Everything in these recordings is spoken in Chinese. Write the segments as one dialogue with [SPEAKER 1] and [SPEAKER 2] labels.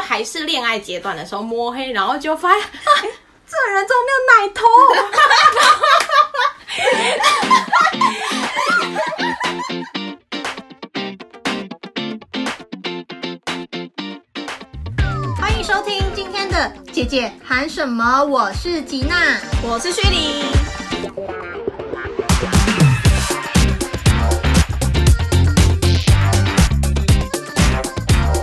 [SPEAKER 1] 还是恋爱阶段的时候摸黑，然后就发现、啊、这人怎么没有奶头？
[SPEAKER 2] 欢迎收听今天的《姐姐喊什么》，我是吉娜。
[SPEAKER 1] 我是薛礼。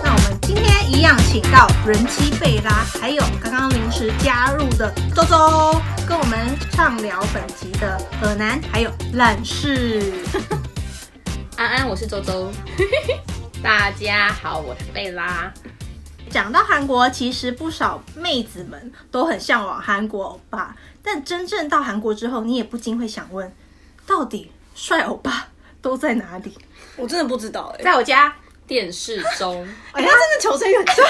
[SPEAKER 2] 那我们今天一样请到人妻贝拉，还有刚刚临时加入的周周，跟我们畅聊本集的耳男还有烂事。
[SPEAKER 1] 安安，我是周 周。大家好，我是贝拉。
[SPEAKER 2] 讲到韩国，其实不少妹子们都很向往韩国欧巴，但真正到韩国之后，你也不禁会想问，到底帅欧巴都在哪里？
[SPEAKER 3] 我真的不知道哎、欸，
[SPEAKER 1] 在我家，
[SPEAKER 4] 电视中，
[SPEAKER 3] 哎、他真的求生 很重，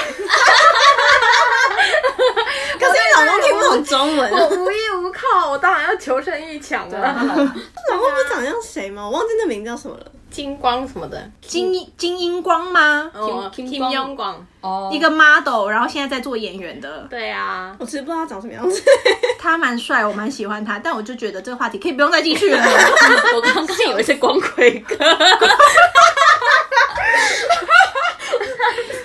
[SPEAKER 3] 可是你老公听不懂中文，
[SPEAKER 1] 我无依无靠，我当然要求生欲强了。
[SPEAKER 3] 老公不是长得像谁吗？我忘记那名叫什么了。
[SPEAKER 1] 金光什么的，
[SPEAKER 2] 金金英光吗？
[SPEAKER 1] 哦
[SPEAKER 4] 金
[SPEAKER 1] 金
[SPEAKER 4] 光
[SPEAKER 1] 庸广，
[SPEAKER 4] 哦，
[SPEAKER 2] 一个 model，然后现在在做演员的，
[SPEAKER 1] 对啊，
[SPEAKER 3] 我其实不知道他长什么样子。
[SPEAKER 2] 他蛮帅，我蛮喜欢他，但我就觉得这个话题可以不用再继 续了。
[SPEAKER 4] 我刚刚以为是光辉 哥，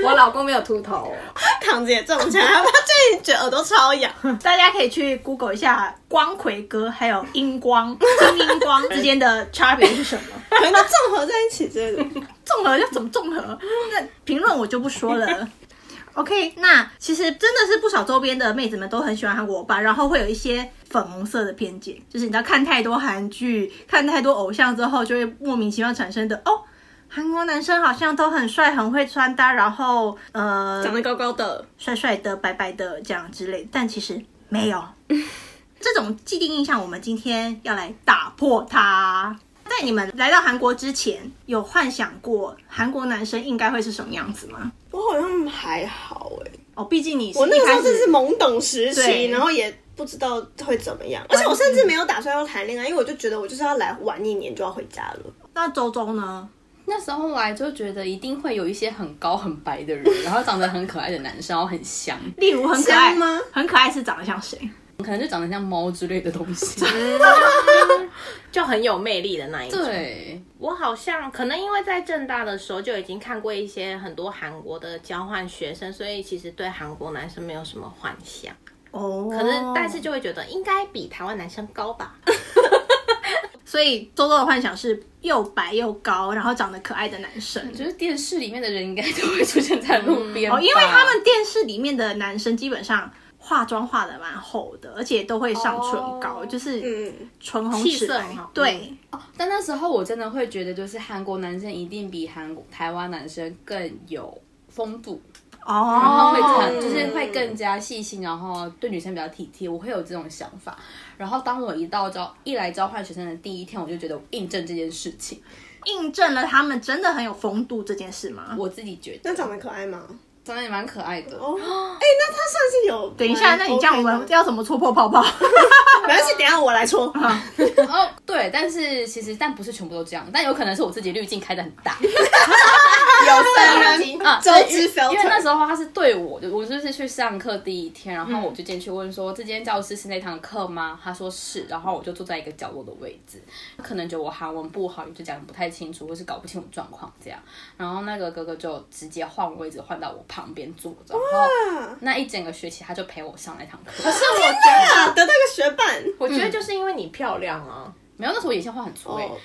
[SPEAKER 1] 我老公没有秃头，
[SPEAKER 3] 扛姐中枪，他最近觉得耳朵超痒。
[SPEAKER 2] 大家可以去 Google 一下光奎哥还有英光、金英光之间的差别是什么。
[SPEAKER 3] 可能综合在一起之类的。
[SPEAKER 2] 综合要怎么综合？那评论我就不说了。OK，那其实真的是不少周边的妹子们都很喜欢韩国欧巴，然后会有一些粉红色的偏见，就是你知道看太多韩剧、看太多偶像之后，就会莫名其妙产生的哦，韩国男生好像都很帅、很会穿搭，然后呃
[SPEAKER 3] 长得高高的，
[SPEAKER 2] 帅帅的、白白的这样之类，但其实没有。 这种既定印象，我们今天要来打破它。在你们来到韩国之前，有幻想过韩国男生应该会是什么样子吗？
[SPEAKER 3] 我好像还好哎、
[SPEAKER 2] 哦，毕竟你是
[SPEAKER 3] 我那
[SPEAKER 2] 一
[SPEAKER 3] 个时
[SPEAKER 2] 开
[SPEAKER 3] 候真
[SPEAKER 2] 始
[SPEAKER 3] 是懵懂时
[SPEAKER 2] 对
[SPEAKER 3] 期，然后也不知道会怎么样，而且我甚至没有打算要谈恋爱，因为我就觉得我就是要来玩一年就要回家了。
[SPEAKER 2] 那周周呢？
[SPEAKER 4] 那时候来就觉得一定会有一些很高很白的人，然后长得很可爱的男生，然后很香，
[SPEAKER 2] 例如很可爱
[SPEAKER 3] 香吗
[SPEAKER 2] 很可爱是长得像谁？
[SPEAKER 4] 可能就长得像猫之类的东 西。
[SPEAKER 1] 就很有魅力的那一种。
[SPEAKER 4] 对，
[SPEAKER 1] 我好像可能因为在正大的时候就已经看过一些很多韩国的交换学生，所以其实对韩国男生没有什么幻想。
[SPEAKER 2] 哦，
[SPEAKER 1] 可是，但是就会觉得应该比台湾男生高吧？
[SPEAKER 2] 所以周周的幻想是又白又高，然后长得可爱的男生。
[SPEAKER 4] 我觉得电视里面的人应该都会出现在路边吧、
[SPEAKER 2] 哦，因为他们电视里面的男生基本上化妆化的蛮厚的，而且都会上唇膏，
[SPEAKER 4] 哦
[SPEAKER 2] 就是
[SPEAKER 3] 嗯，
[SPEAKER 2] 唇红
[SPEAKER 1] 气
[SPEAKER 2] 齿
[SPEAKER 1] 色
[SPEAKER 2] 白
[SPEAKER 1] 很好嗯
[SPEAKER 2] 对，
[SPEAKER 4] 但那时候我真的会觉得，就是韩国男生一定比韩国台湾男生更有风度，然后
[SPEAKER 2] 哦，
[SPEAKER 4] 会
[SPEAKER 3] 看
[SPEAKER 4] 很就是会更加细心，然后对女生比较体贴，我会有这种想法。然后当我一到交一来交换学生的第一天，我就觉得我印证这件事情，
[SPEAKER 2] 印证了他们真的很有风度这件事吗？
[SPEAKER 4] 我自己觉得
[SPEAKER 3] 那长得可爱吗？
[SPEAKER 4] 长得也蛮可爱的。
[SPEAKER 3] 哦，哎、那他算是有。
[SPEAKER 2] 等一下，那你这样我们要怎么戳破泡泡？
[SPEAKER 3] 没关系，等一下我来戳。
[SPEAKER 4] 哦，对，但是其实但不是全部都这样，但有可能是我自己滤镜开的很 大
[SPEAKER 3] 有三人
[SPEAKER 4] 啊，
[SPEAKER 3] 周
[SPEAKER 4] 对
[SPEAKER 3] 知
[SPEAKER 4] 因为因为那
[SPEAKER 3] filter，
[SPEAKER 4] 时候他是对我，我就是去上课第一天，然后我就进去问说，这间教室是那堂课吗？他说是，然后我就坐在一个角落的位置，可能觉得我韩文不好，也就讲得不太清楚，或是搞不清楚状况这样。然后那个哥哥就直接换位置，换到我旁边坐着，然后那一整个学期他就陪我上那堂课。
[SPEAKER 1] 可是我觉得，
[SPEAKER 3] 啊，得到一个学伴。
[SPEAKER 1] 我觉得就是因为你漂亮啊，
[SPEAKER 4] 没有，那时候我眼线画很粗、欸，
[SPEAKER 3] 哦，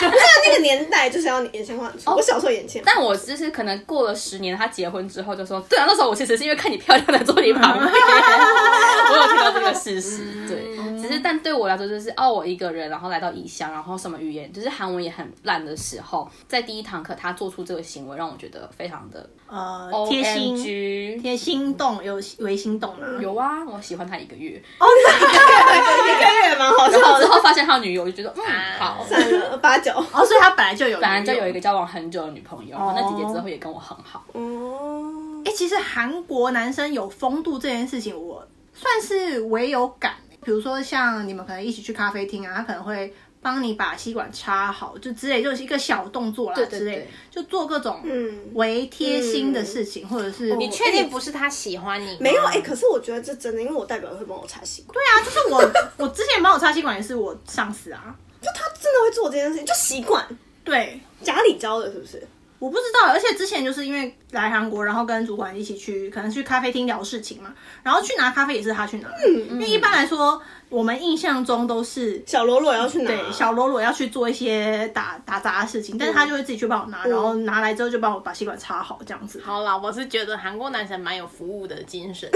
[SPEAKER 3] 在那个年代就是要眼线画很粗。我小时候眼线，
[SPEAKER 4] 但我就是可能过了十年，他结婚之后就说，对啊，那时候我其实是因为看你漂亮才坐你旁边， 我有听到这个事实，对，只是但对我来说就是哦，我一个人，然后来到异乡，然后什么语言，就是韩文也很烂的时候，在第一堂课他做出这个行为，让我觉得非常的
[SPEAKER 2] 呃，贴心，
[SPEAKER 4] OMG。
[SPEAKER 2] 贴心动，有微心动啦。
[SPEAKER 4] 有啊，我喜欢他一个
[SPEAKER 3] 一
[SPEAKER 4] 月，
[SPEAKER 3] 个月蛮好
[SPEAKER 4] 然后
[SPEAKER 3] 笑
[SPEAKER 4] 之
[SPEAKER 3] 的。
[SPEAKER 4] 后发现他有女友，我就觉得嗯 好，
[SPEAKER 3] 算了，八九。
[SPEAKER 2] 哦，所以他本来就有，
[SPEAKER 4] 反正就有一个。交往很久的女朋友，然后那姐姐之后也跟我很好，
[SPEAKER 3] 哦，
[SPEAKER 2] 哎，其实韩国男生有风度这件事情，欸我算是唯有感。比如说像你们可能一起去咖啡厅啊，他可能会帮你把吸管插好，就之类，就是一个小动作啦
[SPEAKER 4] 对对
[SPEAKER 2] 之类
[SPEAKER 4] 对，
[SPEAKER 2] 就做各种
[SPEAKER 3] 嗯
[SPEAKER 2] 为贴心的事情，或者是
[SPEAKER 1] 你确定不是他喜欢你？
[SPEAKER 3] 没有哎、可是我觉得这真的，因为我代表会帮我擦洗管，对
[SPEAKER 2] 对啊，就是我我之前帮我插吸管也是我上司啊，
[SPEAKER 3] 就他真的会做这件事情，就习惯
[SPEAKER 2] 对，
[SPEAKER 3] 家里教的，是不是？
[SPEAKER 2] 我不知道，而且之前就是因为来韩国，然后跟主管一起去，可能去咖啡厅聊事情嘛，然后去拿咖啡也是他去拿，因为一般来说我们印象中都是。
[SPEAKER 3] 小罗罗要去拿，
[SPEAKER 2] 对， 小罗罗要去做一些打打杂的事情，但是他就会自己去帮我拿，然后拿来之后就帮我把吸管插好，这样子。
[SPEAKER 1] 好啦，我是觉得韩国男神蛮有服务的精神，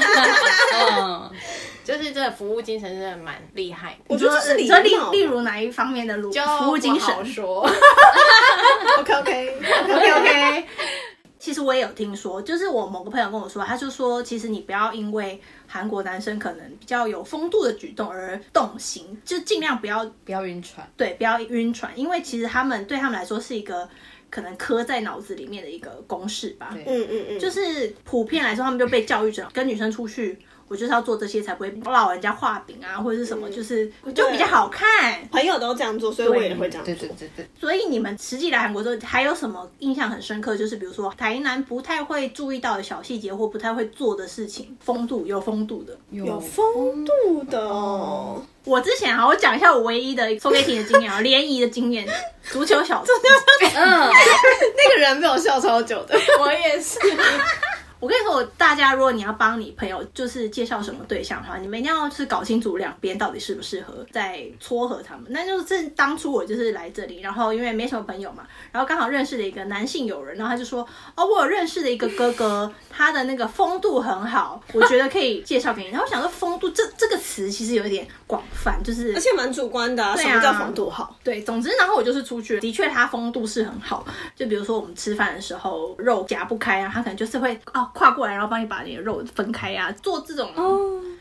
[SPEAKER 4] 嗯，
[SPEAKER 1] 就是这个服务精神真的蛮厉害的。
[SPEAKER 3] 我觉得这是
[SPEAKER 2] 你
[SPEAKER 3] 礼
[SPEAKER 2] 说例
[SPEAKER 3] 貌。
[SPEAKER 2] 例 如哪一方面的如
[SPEAKER 1] 就
[SPEAKER 2] 服务精
[SPEAKER 1] 不
[SPEAKER 2] 神
[SPEAKER 1] 好说，
[SPEAKER 3] OK OK，
[SPEAKER 2] ？OK OK。其实我也有听说，就是我某个朋友跟我说，他就说，其实你不要因为韩国男生可能比较有风度的举动而动心，就尽量不要
[SPEAKER 4] 不要晕船。
[SPEAKER 2] 对，不要晕船，因为其实他们对他们来说是一个可能刻在脑子里面的一个公式吧。
[SPEAKER 4] 对
[SPEAKER 3] 嗯嗯嗯，
[SPEAKER 2] 就是普遍来说，他们就被教育着跟女生出去，我就是要做这些才不会老人家画饼啊，或者是什么，就是就比较好看。
[SPEAKER 3] 朋友都这样做，所以我也会这样做
[SPEAKER 4] 对。对对对，
[SPEAKER 2] 所以你们实际来韩国之后，还有什么印象很深刻？就是比如说台南不太会注意到的小细节，或不太会做的事情，风度有风度的。
[SPEAKER 4] 有
[SPEAKER 3] 有风度的哦，
[SPEAKER 2] 我之前啊，我讲一下我唯一的 s o g a t i n g 的经验啊，联谊的经验，足球小子。
[SPEAKER 4] 嗯，
[SPEAKER 3] 那个人被我笑超久的。
[SPEAKER 1] 我也是。
[SPEAKER 2] 我跟你说，我大家如果你要帮你朋友就是介绍什么对象的话，你们一定要就是搞清楚两边到底适不适合，再撮合他们。那就是当初我就是来这里，然后因为没什么朋友嘛，然后刚好认识了一个男性友人，然后他就说，哦，我有认识的一个哥哥，他的那个风度很好，我觉得可以介绍给你。然后我想说，风度这这个词其实有一点广泛，就是
[SPEAKER 3] 而且蛮主观的、啊，
[SPEAKER 2] 对啊
[SPEAKER 3] 什么叫风度好？
[SPEAKER 2] 对，总之，然后我就是出去，的确他风度是很好。就比如说我们吃饭的时候，肉夹不开啊，他可能就是会哦跨过来，然后帮你把你的肉分开啊，做这种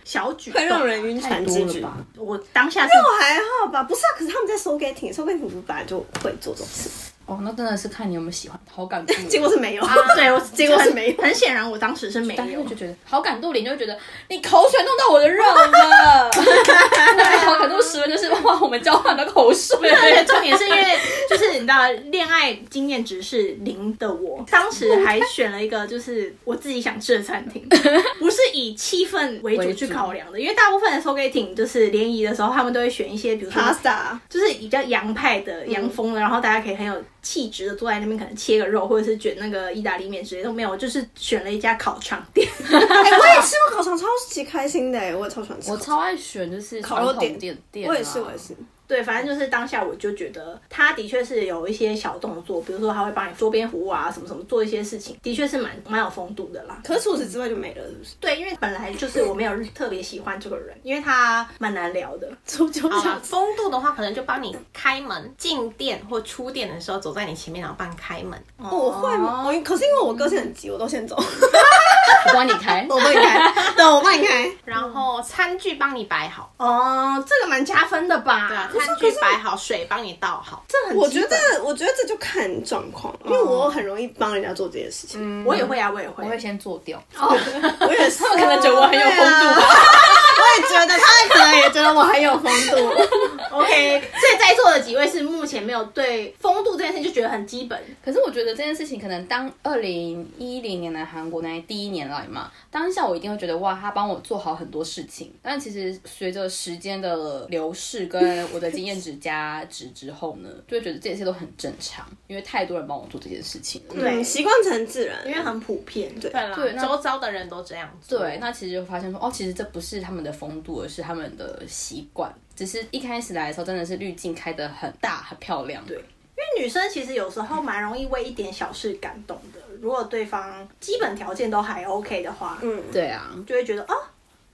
[SPEAKER 2] 小举动、
[SPEAKER 3] 哦
[SPEAKER 2] 啊
[SPEAKER 3] 会让人。晕
[SPEAKER 4] 太
[SPEAKER 3] 船
[SPEAKER 4] 多
[SPEAKER 3] 之
[SPEAKER 4] 了
[SPEAKER 3] 举。
[SPEAKER 4] 吧？
[SPEAKER 2] 我当下是
[SPEAKER 3] 我哦还好吧，不是啊，可是他们在收 getting，收 getting 不本来就会做这种事，
[SPEAKER 4] 哦，那真的是看你有没有喜欢，好感度。
[SPEAKER 3] 结果是没有。
[SPEAKER 2] 对 我
[SPEAKER 3] 结啊果是没有
[SPEAKER 2] 很很显然我当时是没
[SPEAKER 4] 但是
[SPEAKER 2] 有
[SPEAKER 4] 就。觉得好感度零，就会觉得你口水弄到我的肉了。那好感度十分就是哇，我们交换了口水。
[SPEAKER 2] 而且重点是因为，就是你知道，恋爱经验值是零的我，当时还选了一个就是我自己想吃的餐 厅，不是以气氛为主
[SPEAKER 4] 为
[SPEAKER 2] 去
[SPEAKER 4] 主
[SPEAKER 2] 考量的，因为大部分的 s o g a t i n g 就是联谊的时候，他们都会选一些，比如说
[SPEAKER 3] Pasta，
[SPEAKER 2] 就是比较洋派的、洋风
[SPEAKER 3] 嗯
[SPEAKER 2] 的，然后大家可以很有气质的坐在那边，可能切个肉或者是卷那个意大利面之类的都没有，我就是选了一家烤肠店。
[SPEAKER 3] 哎、我也吃过烤肠，超级开心的、我也超喜欢吃
[SPEAKER 4] 我
[SPEAKER 3] 烤肠。
[SPEAKER 4] 超爱选就是
[SPEAKER 3] 烤肉
[SPEAKER 4] 传
[SPEAKER 3] 店
[SPEAKER 4] 统店店、啊，
[SPEAKER 3] 我也是，我也是。
[SPEAKER 2] 对，反正就是当下我就觉得他的确是有一些小动作，比如说他会帮你桌边服务啊，什么什么做一些事情，的确是蛮蛮有风度的啦。
[SPEAKER 3] 可是除此之外就没了，是不是？
[SPEAKER 2] 对，啊因为本来就是我没有特别喜欢这个人，因为他蛮难聊的。
[SPEAKER 3] 出就
[SPEAKER 1] 好啦
[SPEAKER 3] 想，
[SPEAKER 1] 风度的话，可能就帮你开门、进店或出店的时候走在你前面，然后帮你开门。
[SPEAKER 3] 哦我会吗？我可是因为我个性很急，我都先走，
[SPEAKER 4] 我帮你 开。
[SPEAKER 3] 我帮你开，对，我帮你开。
[SPEAKER 1] 然后餐具帮你摆好，
[SPEAKER 2] 哦，这个蛮加分的吧？
[SPEAKER 1] 对啊，餐具摆好，水帮你倒好。
[SPEAKER 2] 这很
[SPEAKER 3] 我
[SPEAKER 2] 基
[SPEAKER 3] 觉
[SPEAKER 2] 本
[SPEAKER 3] 得，我觉得这就看状况，因为我很容易帮人家做这些事情。
[SPEAKER 2] 我也会啊，我也会
[SPEAKER 4] 我。会先做掉，
[SPEAKER 3] 我也是，
[SPEAKER 4] 可能觉得我很有风度吧。
[SPEAKER 3] 我也觉得他可能也觉得我很有风度。
[SPEAKER 2] OK，所以在座的几位是目前没有对风度这件事情就觉得很基本，
[SPEAKER 4] 可是我觉得这件事情，可能当二零一零年来韩国那第一年来嘛，当下我一定会觉得哇，他帮我做好很多事情。但其实随着时间的流逝跟我的经验值加值之后呢，就会觉得这些都很正常，因为太多人帮我做这件事情了。
[SPEAKER 3] 对，嗯习惯成自然，
[SPEAKER 2] 因为很普遍。对
[SPEAKER 1] 对啦，
[SPEAKER 4] 对那
[SPEAKER 1] 周遭的人都这样做。
[SPEAKER 4] 对，那其实就发现说，哦，其实这不是他们的风度，而是他们的习惯。只是一开始来的时候，真的是滤镜开得很大，很漂亮。对，
[SPEAKER 2] 女生其实有时候蛮容易为一点小事感动的，如果对方基本条件都还 OK 的话，嗯，
[SPEAKER 4] 对啊，
[SPEAKER 2] 就会觉得哦，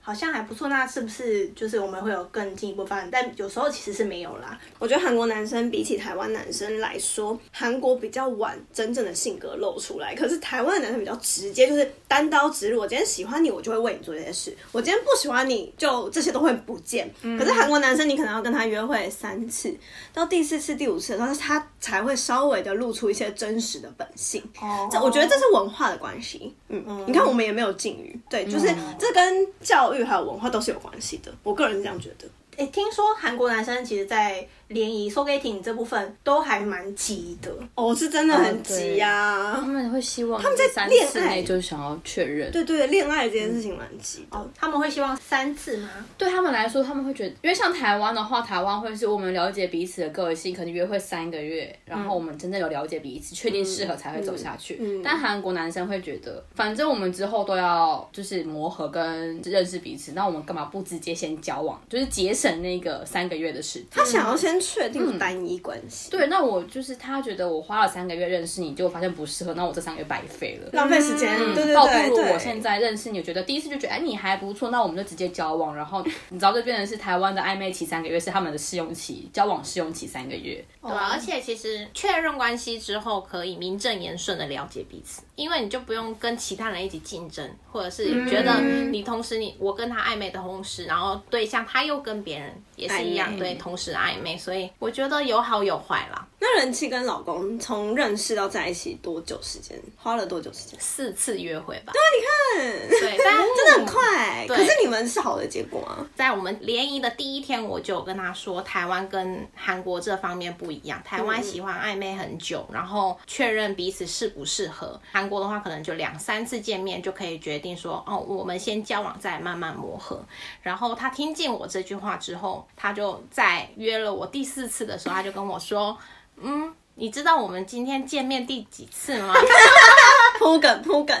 [SPEAKER 2] 好像还不错，那是不是就是我们会有更进一步发展？但有时候其实是没有啦。
[SPEAKER 3] 我觉得韩国男生比起台湾男生来说，韩国比较晚真正的性格露出来，可是台湾的男生比较直接，就是单刀直入。我今天喜欢你，我就会为你做这些事；我今天不喜欢你，就这些都会不见。可是韩国男生，你可能要跟他约会三次，到第四次、第五次的时候，他才会稍微的露出一些真实的本性。
[SPEAKER 2] 哦
[SPEAKER 3] 这我觉得这是文化的关系。嗯，你看我们也没有禁语，对，就是这跟教育还有文化都是有关系的。我个人是这样觉得。
[SPEAKER 2] 诶，听说韩国男生其实，在联谊 so dating 这部分都还蛮急的，
[SPEAKER 3] 哦，是真的很急呀、
[SPEAKER 4] 他们会希望他们
[SPEAKER 3] 在
[SPEAKER 4] 三
[SPEAKER 3] 恋
[SPEAKER 4] 次
[SPEAKER 3] 爱
[SPEAKER 4] 内就想要确认，
[SPEAKER 3] 对对，恋爱这件事情蛮
[SPEAKER 4] 嗯
[SPEAKER 3] 急
[SPEAKER 4] 哦
[SPEAKER 3] 的。
[SPEAKER 2] 他们会希望三次吗？
[SPEAKER 4] 对他们来说，他们会觉得，因为像台湾的话，台湾会是我们了解彼此的个性，可能约会三个月，然后我们真正有了解彼此，确定适合才会走下去。
[SPEAKER 3] 嗯
[SPEAKER 4] 但韩国男生会觉得，反正我们之后都要就是磨合跟认识彼此，那我们干嘛不直接先交往，就是节省那个三个月的时间？
[SPEAKER 3] 他想要先确定单一关系，
[SPEAKER 4] 对，那我就是他觉得我花了三个月认识你，结果发现不适合，那我这三个月白费了。
[SPEAKER 3] 浪费时间，对对
[SPEAKER 4] 倒不
[SPEAKER 3] 对
[SPEAKER 4] 如
[SPEAKER 3] 对。
[SPEAKER 4] 嗯我现在认识你，我觉得第一次就觉得哎你还不错，那我们就直接交往。然后你知道这变成是台湾的暧昧期三个月，是他们的试用期，交往试用期三个月。
[SPEAKER 3] 哦
[SPEAKER 1] 对啊，而且其实确认关系之后，可以名正言顺的了解彼此，因为你就不用跟其他人一起竞争，或者是觉得你同时你我跟他暧昧的同时，然后对象他又跟别人也是一
[SPEAKER 3] 暧
[SPEAKER 1] 样，
[SPEAKER 3] 昧
[SPEAKER 1] 对，同时暧昧，所以我觉得有好有坏啦。
[SPEAKER 3] 那人气跟老公从认识到在一起多久时间？花了多久时间？
[SPEAKER 4] 哦
[SPEAKER 1] 四次约会吧，对，啊你看，对， 但
[SPEAKER 3] 真的很快，欸
[SPEAKER 1] 对
[SPEAKER 3] 可是你们是好的结果啊。
[SPEAKER 1] 在我们联谊的第一天，我就有跟他说，台湾跟韩国这方面不一样。台湾喜欢暧昧很久，然后确认彼此适不适合；韩国的话，可能就两三次见面就可以决定说，哦，我们先交往，再慢慢磨合。然后他听见我这句话之后，他就在约了我第四次的时候，他就跟我说，嗯。你知道我们今天见面第几次吗？
[SPEAKER 3] 铺梗铺梗，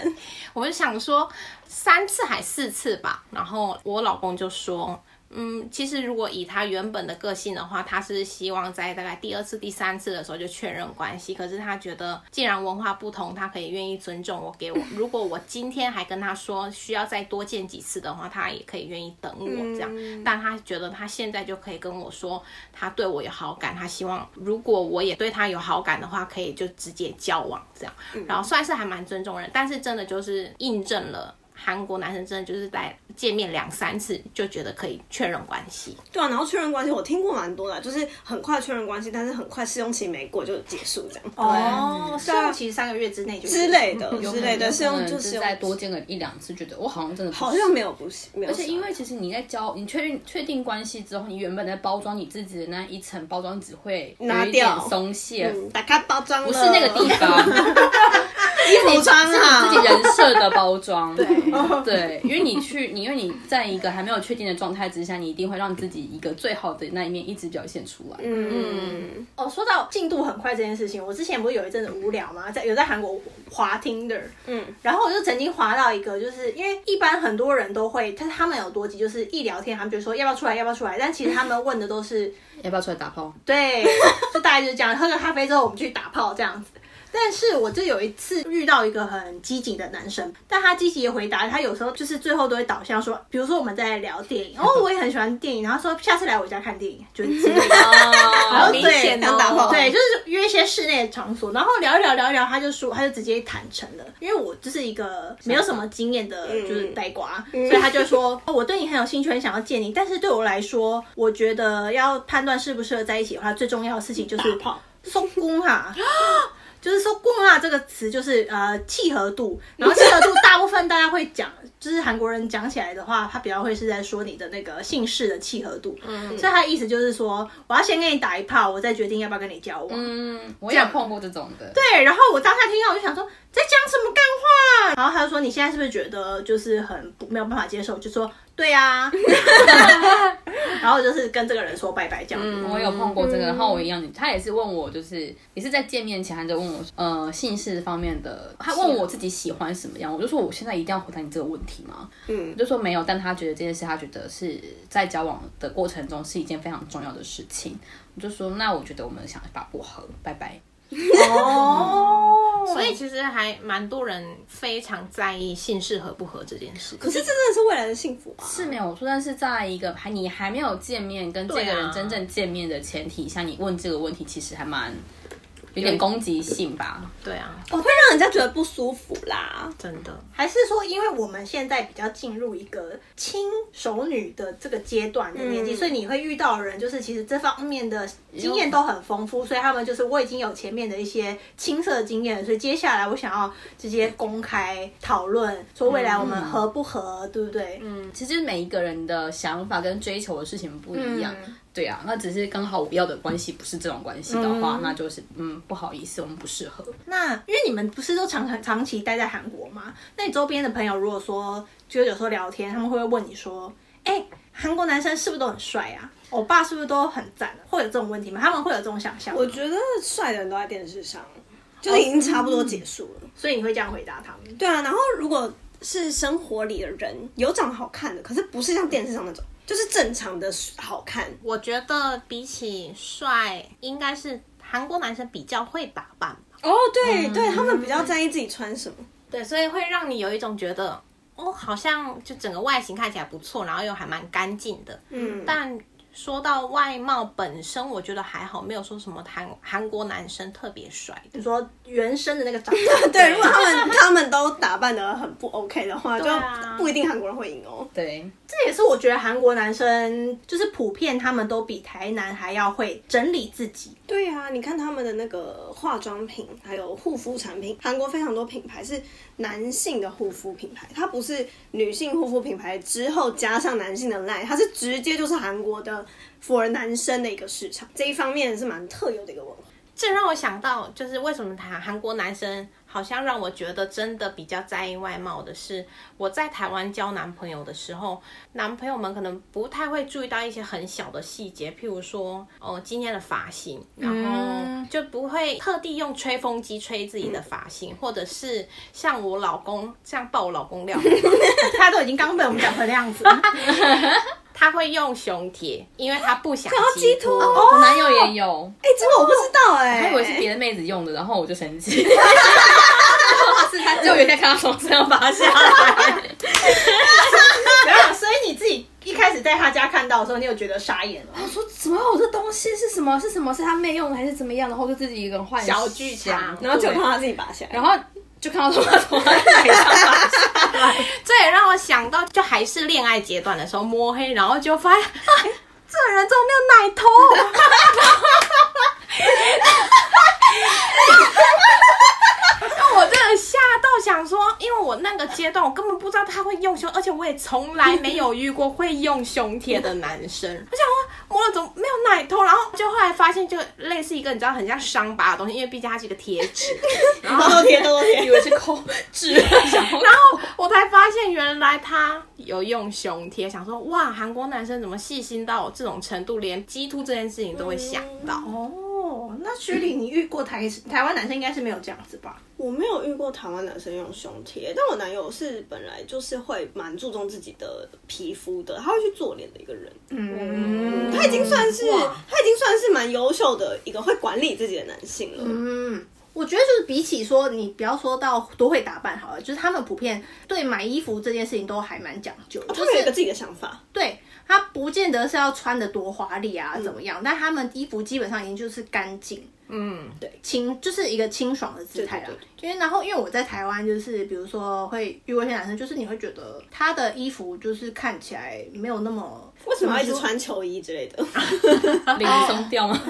[SPEAKER 1] 我就想说三次还四次吧，然后我老公就说。嗯，其实如果以他原本的个性的话，他是希望在大概第二次、第三次的时候就确认关系。可是他觉得，既然文化不同，他可以愿意尊重我，给 我。如果我今天还跟他说需要再多见几次的话，他也可以愿意等我这样。但他觉得他现在就可以跟我说，他对我有好感，他希望如果我也对他有好感的话，可以就直接交往这样。然后算是还蛮尊重人，但是真的就是印证了。韩国男生真的就是在见面两三次就觉得可以确认关系，
[SPEAKER 3] 对啊，然后确认关系我听过蛮多的，啊就是很快确认关系，但是很快试用期没过就结束这样。
[SPEAKER 2] 哦，试用期三个月之内就
[SPEAKER 3] 之类的之类的，
[SPEAKER 4] 有
[SPEAKER 3] 试
[SPEAKER 4] 可
[SPEAKER 3] 用
[SPEAKER 4] 能
[SPEAKER 3] 就
[SPEAKER 4] 只
[SPEAKER 3] 是用
[SPEAKER 4] 嗯再多见个一两次，觉得我好像真的不
[SPEAKER 3] 好像没有不行，没有啊
[SPEAKER 4] 而且
[SPEAKER 3] 想
[SPEAKER 4] 因为其实你在交你确定确定关系之后，你原本在包装你自己的那一层包装只会有一
[SPEAKER 3] 拿
[SPEAKER 4] 点
[SPEAKER 3] 掉
[SPEAKER 4] 松懈，
[SPEAKER 3] 嗯打开包装
[SPEAKER 4] 不是那个地 方，
[SPEAKER 3] 衣服穿好，
[SPEAKER 4] 自己人设的包装。对 对，因为你去，你因为你在一个还没有确定的状态之下，你一定会让自己一个最好的那一面一直表现出来。嗯，
[SPEAKER 3] 嗯，
[SPEAKER 2] 哦，说到进度很快这件事情，我之前不是有一阵子无聊嘛，在有在韩国滑 Tinder，嗯，然后我就曾经滑到一个，就是因为一般很多人都会，但是他们有多急，就是一聊天他们就说要不要出来，要不要出来，但其实他们问的都是
[SPEAKER 4] 要不要出来打炮？
[SPEAKER 2] 对， 就大概就是这样，喝个咖啡之后我们去打炮这样子。但是我就有一次遇到一个很积极的男生，但他积极的回答，他有时候就是最后都会导向说，比如说我们在聊电影，哦，我也很喜欢电影，然后说下次来我家看电影，就是之类的。
[SPEAKER 4] 哦，
[SPEAKER 1] 明显
[SPEAKER 3] 要打
[SPEAKER 1] 哦
[SPEAKER 3] 炮。
[SPEAKER 2] 对，就是约一些室内的场所，然后聊一聊聊一聊，他就说他就直接坦诚了，因为我就是一个没有什么经验的，就是呆瓜，所以他就说、哦我对你很有兴趣，很想要见你，但是对我来说，我觉得要判断适不适合在一起的话，最重要的事情就是
[SPEAKER 3] 打炮
[SPEAKER 2] 松工哈。就是说“共啊”这个词，就是呃契合度，然后契合度大部分大家会讲，就是韩国人讲起来的话，他比较会是在说你的那个姓氏的契合度。嗯，所以他的意思就是说，我要先跟你打一炮，我再决定要不要跟你交往。
[SPEAKER 4] 嗯，我也碰过这种的。对，
[SPEAKER 2] 对，然后我当下听到我就想说，在讲什么干话？然后他就说你现在是不是觉得就是很不没有办法接受？就说对啊， 然后就是跟这个人说拜拜这样子。
[SPEAKER 4] 嗯我有碰过这个，然后我一样，他也是问我，就是也是在见面前，他就问我，呃，姓氏方面的，他问我自己喜欢什么样，我就说我现在一定要回答你这个问题吗？嗯，就说没有，但他觉得这件事，他觉得是在交往的过程中是一件非常重要的事情。我就说，那我觉得我们想法不合，拜拜。
[SPEAKER 2] 哦，
[SPEAKER 1] 所以其实还蛮多人非常在意姓氏合不合这件事。可
[SPEAKER 3] 可是这真的是未来的幸福啊！
[SPEAKER 4] 是没有错，但是在一个还你还没有见面跟这个
[SPEAKER 1] 对啊
[SPEAKER 4] 人真正见面的前提下，你问这个问题其实还蛮有点攻击性吧。
[SPEAKER 1] 对啊，
[SPEAKER 3] 哦，会让人家觉得不舒服啦。
[SPEAKER 1] 真的。
[SPEAKER 2] 还是说，因为我们现在比较进入一个轻熟女的这个阶段的年纪，
[SPEAKER 3] 嗯
[SPEAKER 2] 所以你会遇到的人，就是其实这方面的经验都很丰富，所以他们就是我已经有前面的一些青涩经验了，所以接下来我想要直接公开讨论，说未来我们合不合，对不对？嗯，
[SPEAKER 4] 其实每一个人的想法跟追求的事情不一样，
[SPEAKER 3] 嗯
[SPEAKER 4] 对啊，那只是刚好我要的关系不是这种关系的话，
[SPEAKER 3] 嗯
[SPEAKER 4] 那就是嗯不好意思，我们不适合。
[SPEAKER 2] 那因为你们不是都常常长期待在韩国吗？那你周边的朋友如果说就是有时候聊天，他们会不会问你说，哎、韩国男生是不是都很帅啊？欧巴是不是都很赞、啊？会有这种问题吗？他们会有这种想象吗，
[SPEAKER 3] 我觉得帅的人都在电视上，就已经差不多结束了。
[SPEAKER 2] 所以你会这样回答他们。
[SPEAKER 3] 对啊，然后如果是生活里的人，有长得好看的，可是不是像电视上那种，就是正常的好看。
[SPEAKER 1] 我觉得比起帅，应该是韩国男生比较会打扮吧。
[SPEAKER 3] 哦，对、对，他们比较在意自己穿什么。
[SPEAKER 1] 对，所以会让你有一种觉得，哦，好像就整个外形看起来不错，然后又还蛮干净的。
[SPEAKER 3] 嗯，
[SPEAKER 1] 但说到外貌本身，我觉得还好，没有说什么韩韩国男生特别帅的。
[SPEAKER 2] 你说原生的那个长相，
[SPEAKER 3] 对，如果他们他们都打扮的很不 OK 的话，就
[SPEAKER 1] 对啊
[SPEAKER 3] 不一定韩国人会赢哦。
[SPEAKER 4] 对，
[SPEAKER 2] 这也是我觉得韩国男生就是普遍他们都比台南还要会整理自己。
[SPEAKER 3] 对啊，你看他们的那个化妆品，还有护肤产品，韩国非常多品牌是男性的护肤品牌，它不是女性护肤品牌之后加上男性的 line，它是直接就是韩国的 for 男生的一个市场，这一方面是蛮特有的一个文化。
[SPEAKER 1] 这让我想到，就是为什么谈韩国男生好像让我觉得真的比较在意外貌的是，我在台湾交男朋友的时候，男朋友们可能不太会注意到一些很小的细节，譬如说，哦、今天的发型，然后就不会特地用吹风机吹自己的发型，或者是像我老公这样爆我老公料，
[SPEAKER 2] 他都已经刚被我们讲成那样子 了，
[SPEAKER 1] 他会用胸贴，因为他不想
[SPEAKER 3] 鸡突
[SPEAKER 1] 突。
[SPEAKER 3] 哦，
[SPEAKER 4] 我男友也有，
[SPEAKER 3] 哎、这个我不知道哎、
[SPEAKER 4] 哦他以为是别的妹子用的，然后我就生 气。是他就有一天看他从身上拔下来，
[SPEAKER 2] 没有，啊所以你自己一开始在他家看到的时候，你有觉得傻眼吗？
[SPEAKER 4] 我说什么？我这东西是什么？是什么？是他妹用的还是怎么样？然后就自己一个人幻想
[SPEAKER 1] 小剧场
[SPEAKER 3] 然后就
[SPEAKER 4] 对
[SPEAKER 3] 看到他自己拔下来，
[SPEAKER 4] 然后就看到他从他腿上拔下来。
[SPEAKER 1] 这也让我想到，就还是恋爱阶段的时候摸黑，然后就发现啊，这个人怎么没有奶头？让我真的吓到，想说，因为我那个阶段我根本不知道他会用胸，而且我也从来没有遇过会用胸贴的男生。我想说摸了怎么没有奶头，然后就后来发现，就类似一个你知道很像伤疤的东西，因为毕竟它是一个贴纸。
[SPEAKER 3] 偷偷贴偷偷贴，
[SPEAKER 4] 以为是抠痣，然后
[SPEAKER 1] 然后我才发现，原来他有用胸贴，想说哇，韩国男生怎么细心到这种程度，连鸡突这件事情都会想到。
[SPEAKER 2] 哦，那徐里，你遇过台台湾男生应该是没有这样子吧？
[SPEAKER 3] 我没有遇过台湾男生用胸贴，但我男友是本来就是会蛮注重自己的皮肤的，他会去做脸的一个人。
[SPEAKER 2] 嗯，
[SPEAKER 3] 他已经算是他已经算是蛮优秀的一个会管理自己的男性了。
[SPEAKER 2] 嗯，我觉得就是比起说你不要说到多会打扮好了，就是他们普遍对买衣服这件事情都还蛮讲究的，
[SPEAKER 3] 他
[SPEAKER 2] 就
[SPEAKER 3] 们有一个
[SPEAKER 2] 哦是
[SPEAKER 3] 自己的想法，
[SPEAKER 2] 对他不见得是要穿的多华丽啊怎么样，但他们衣服基本上已经就是干净。
[SPEAKER 1] 嗯，
[SPEAKER 2] 清就是一个清爽的姿态啦
[SPEAKER 3] 对对
[SPEAKER 2] 因
[SPEAKER 3] 对，
[SPEAKER 2] 为然后因为我在台湾就是比如说会遇过一些男生，就是你会觉得他的衣服就是看起来没有那么
[SPEAKER 3] 为什么要一直
[SPEAKER 2] 怎说
[SPEAKER 3] 穿球衣之 类的？
[SPEAKER 4] 领松掉吗？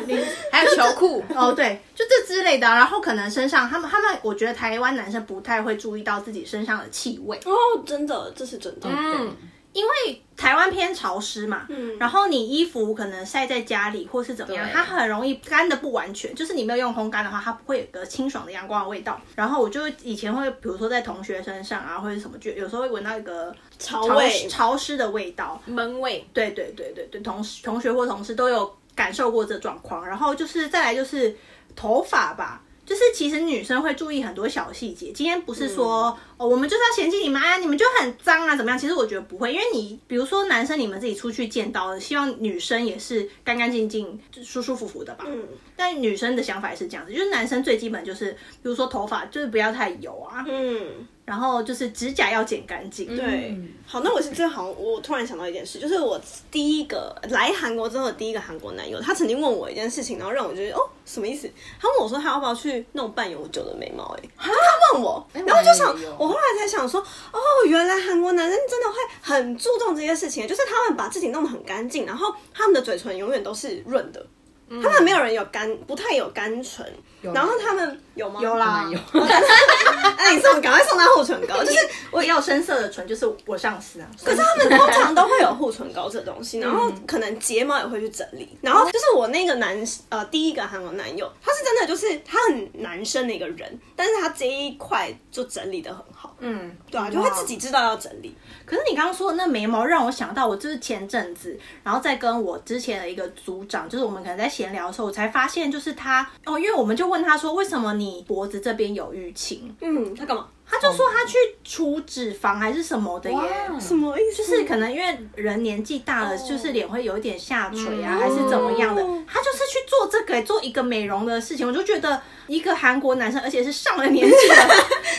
[SPEAKER 1] 还有球 裤，
[SPEAKER 2] 哦，对，就这之类的啊、然后可能身上，他们他们，我觉得台湾男生不太会注意到自己身上的气味，
[SPEAKER 3] 哦，真的，这是真的。
[SPEAKER 1] 嗯，
[SPEAKER 2] 因为台湾偏潮湿嘛。
[SPEAKER 3] 嗯
[SPEAKER 2] 然后你衣服可能晒在家里或是怎么样，
[SPEAKER 1] 对
[SPEAKER 2] 它很容易干的不完全，就是你没有用烘干的话，它不会有个清爽的阳光的味道。然后我就以前会，比如说在同学身上啊，或者什么，就有时候会闻到一个
[SPEAKER 3] 潮
[SPEAKER 2] 潮
[SPEAKER 3] 味
[SPEAKER 2] 湿，潮湿的味道。
[SPEAKER 1] 闷味，
[SPEAKER 2] 对对对对对，同事同学或同事都有感受过这状况。然后就是再来就是头发吧，就是其实女生会注意很多小细节。今天不是说、
[SPEAKER 3] 嗯
[SPEAKER 2] 哦，我们就是要嫌弃你们啊，你们就很脏啊，怎么样？其实我觉得不会，因为你比如说男生你们自己出去见到的，希望女生也是干干净净、舒舒服服的吧。
[SPEAKER 3] 嗯，
[SPEAKER 2] 但女生的想法也是这样子，就是男生最基本就是，比如说头发就是不要太油啊，
[SPEAKER 3] 嗯，
[SPEAKER 2] 然后就是指甲要剪干净。对
[SPEAKER 3] 对，好，那我是这好像我突然想到一件事，就是我第一个来韩国之后的第一个韩国男友，他曾经问我一件事情，然后让我觉得哦什么意思？他问我说他要不要去弄半永久的眉毛、欸，哎，他问我，然后我就想
[SPEAKER 4] 我也有，
[SPEAKER 3] 我后来才想说，哦，原来韩国男生真的会很注重这些事情，就是他们把自己弄得很干净，然后他们的嘴唇永远都是润的。他们没有人有干，不太嗯有干唇，然后他们有吗？有
[SPEAKER 2] 啦，
[SPEAKER 4] 有，
[SPEAKER 3] 哎，你送，赶快送他护唇 膏，就是
[SPEAKER 2] 我也要深色的唇，就是我上司啊。可
[SPEAKER 3] 可是他们通常都会有护唇膏这东西，然后可能睫毛也会去整理。然后就是我那个男呃第一个韩国男友，他是真的就是他很男生的一个人，但是他这一块就整理的很好，嗯，
[SPEAKER 2] 嗯，
[SPEAKER 3] 对啊，就会自己知道要整理。
[SPEAKER 2] 可是你刚刚说的那眉毛让我想到，我就是前阵子，然后再跟我之前的一个组长，就是我们可能在闲聊的时候，我才发现，就是他哦，因为我们就问他说，为什么你脖子这边有淤青？
[SPEAKER 3] 嗯，他干嘛？
[SPEAKER 2] 他就说他去除脂肪还是什么的耶。
[SPEAKER 3] 什么意思？
[SPEAKER 2] 就是可能因为人年纪大了，就是脸会有一点下垂啊，还是怎么样的
[SPEAKER 3] 哦，
[SPEAKER 2] 他就是去做这个、做一个美容的事情。我就觉得一个韩国男生，而且是上了年纪的，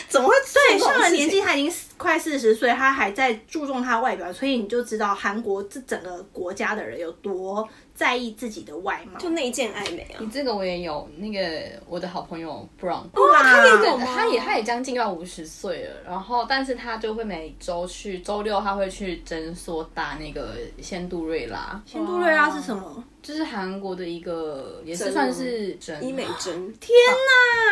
[SPEAKER 3] 怎么会
[SPEAKER 2] 对，
[SPEAKER 3] 对
[SPEAKER 2] 哎上了年纪，他已经快四十岁，他还在注重他外表，所以你就知道韩国这整个国家的人有多在意自己的外貌。
[SPEAKER 3] 就内建爱美啊？
[SPEAKER 4] 这个我也有，那个我的好朋友 Brown，
[SPEAKER 2] 哇，他
[SPEAKER 3] 也哦有吗
[SPEAKER 4] 他也他也将近要五十岁了，然后但是他就会每周去，周六他会去诊所打那个仙杜瑞拉，
[SPEAKER 2] 仙杜瑞拉啊是什么？
[SPEAKER 4] 就是韩国的一个也是算是针
[SPEAKER 3] 医美针，
[SPEAKER 2] 天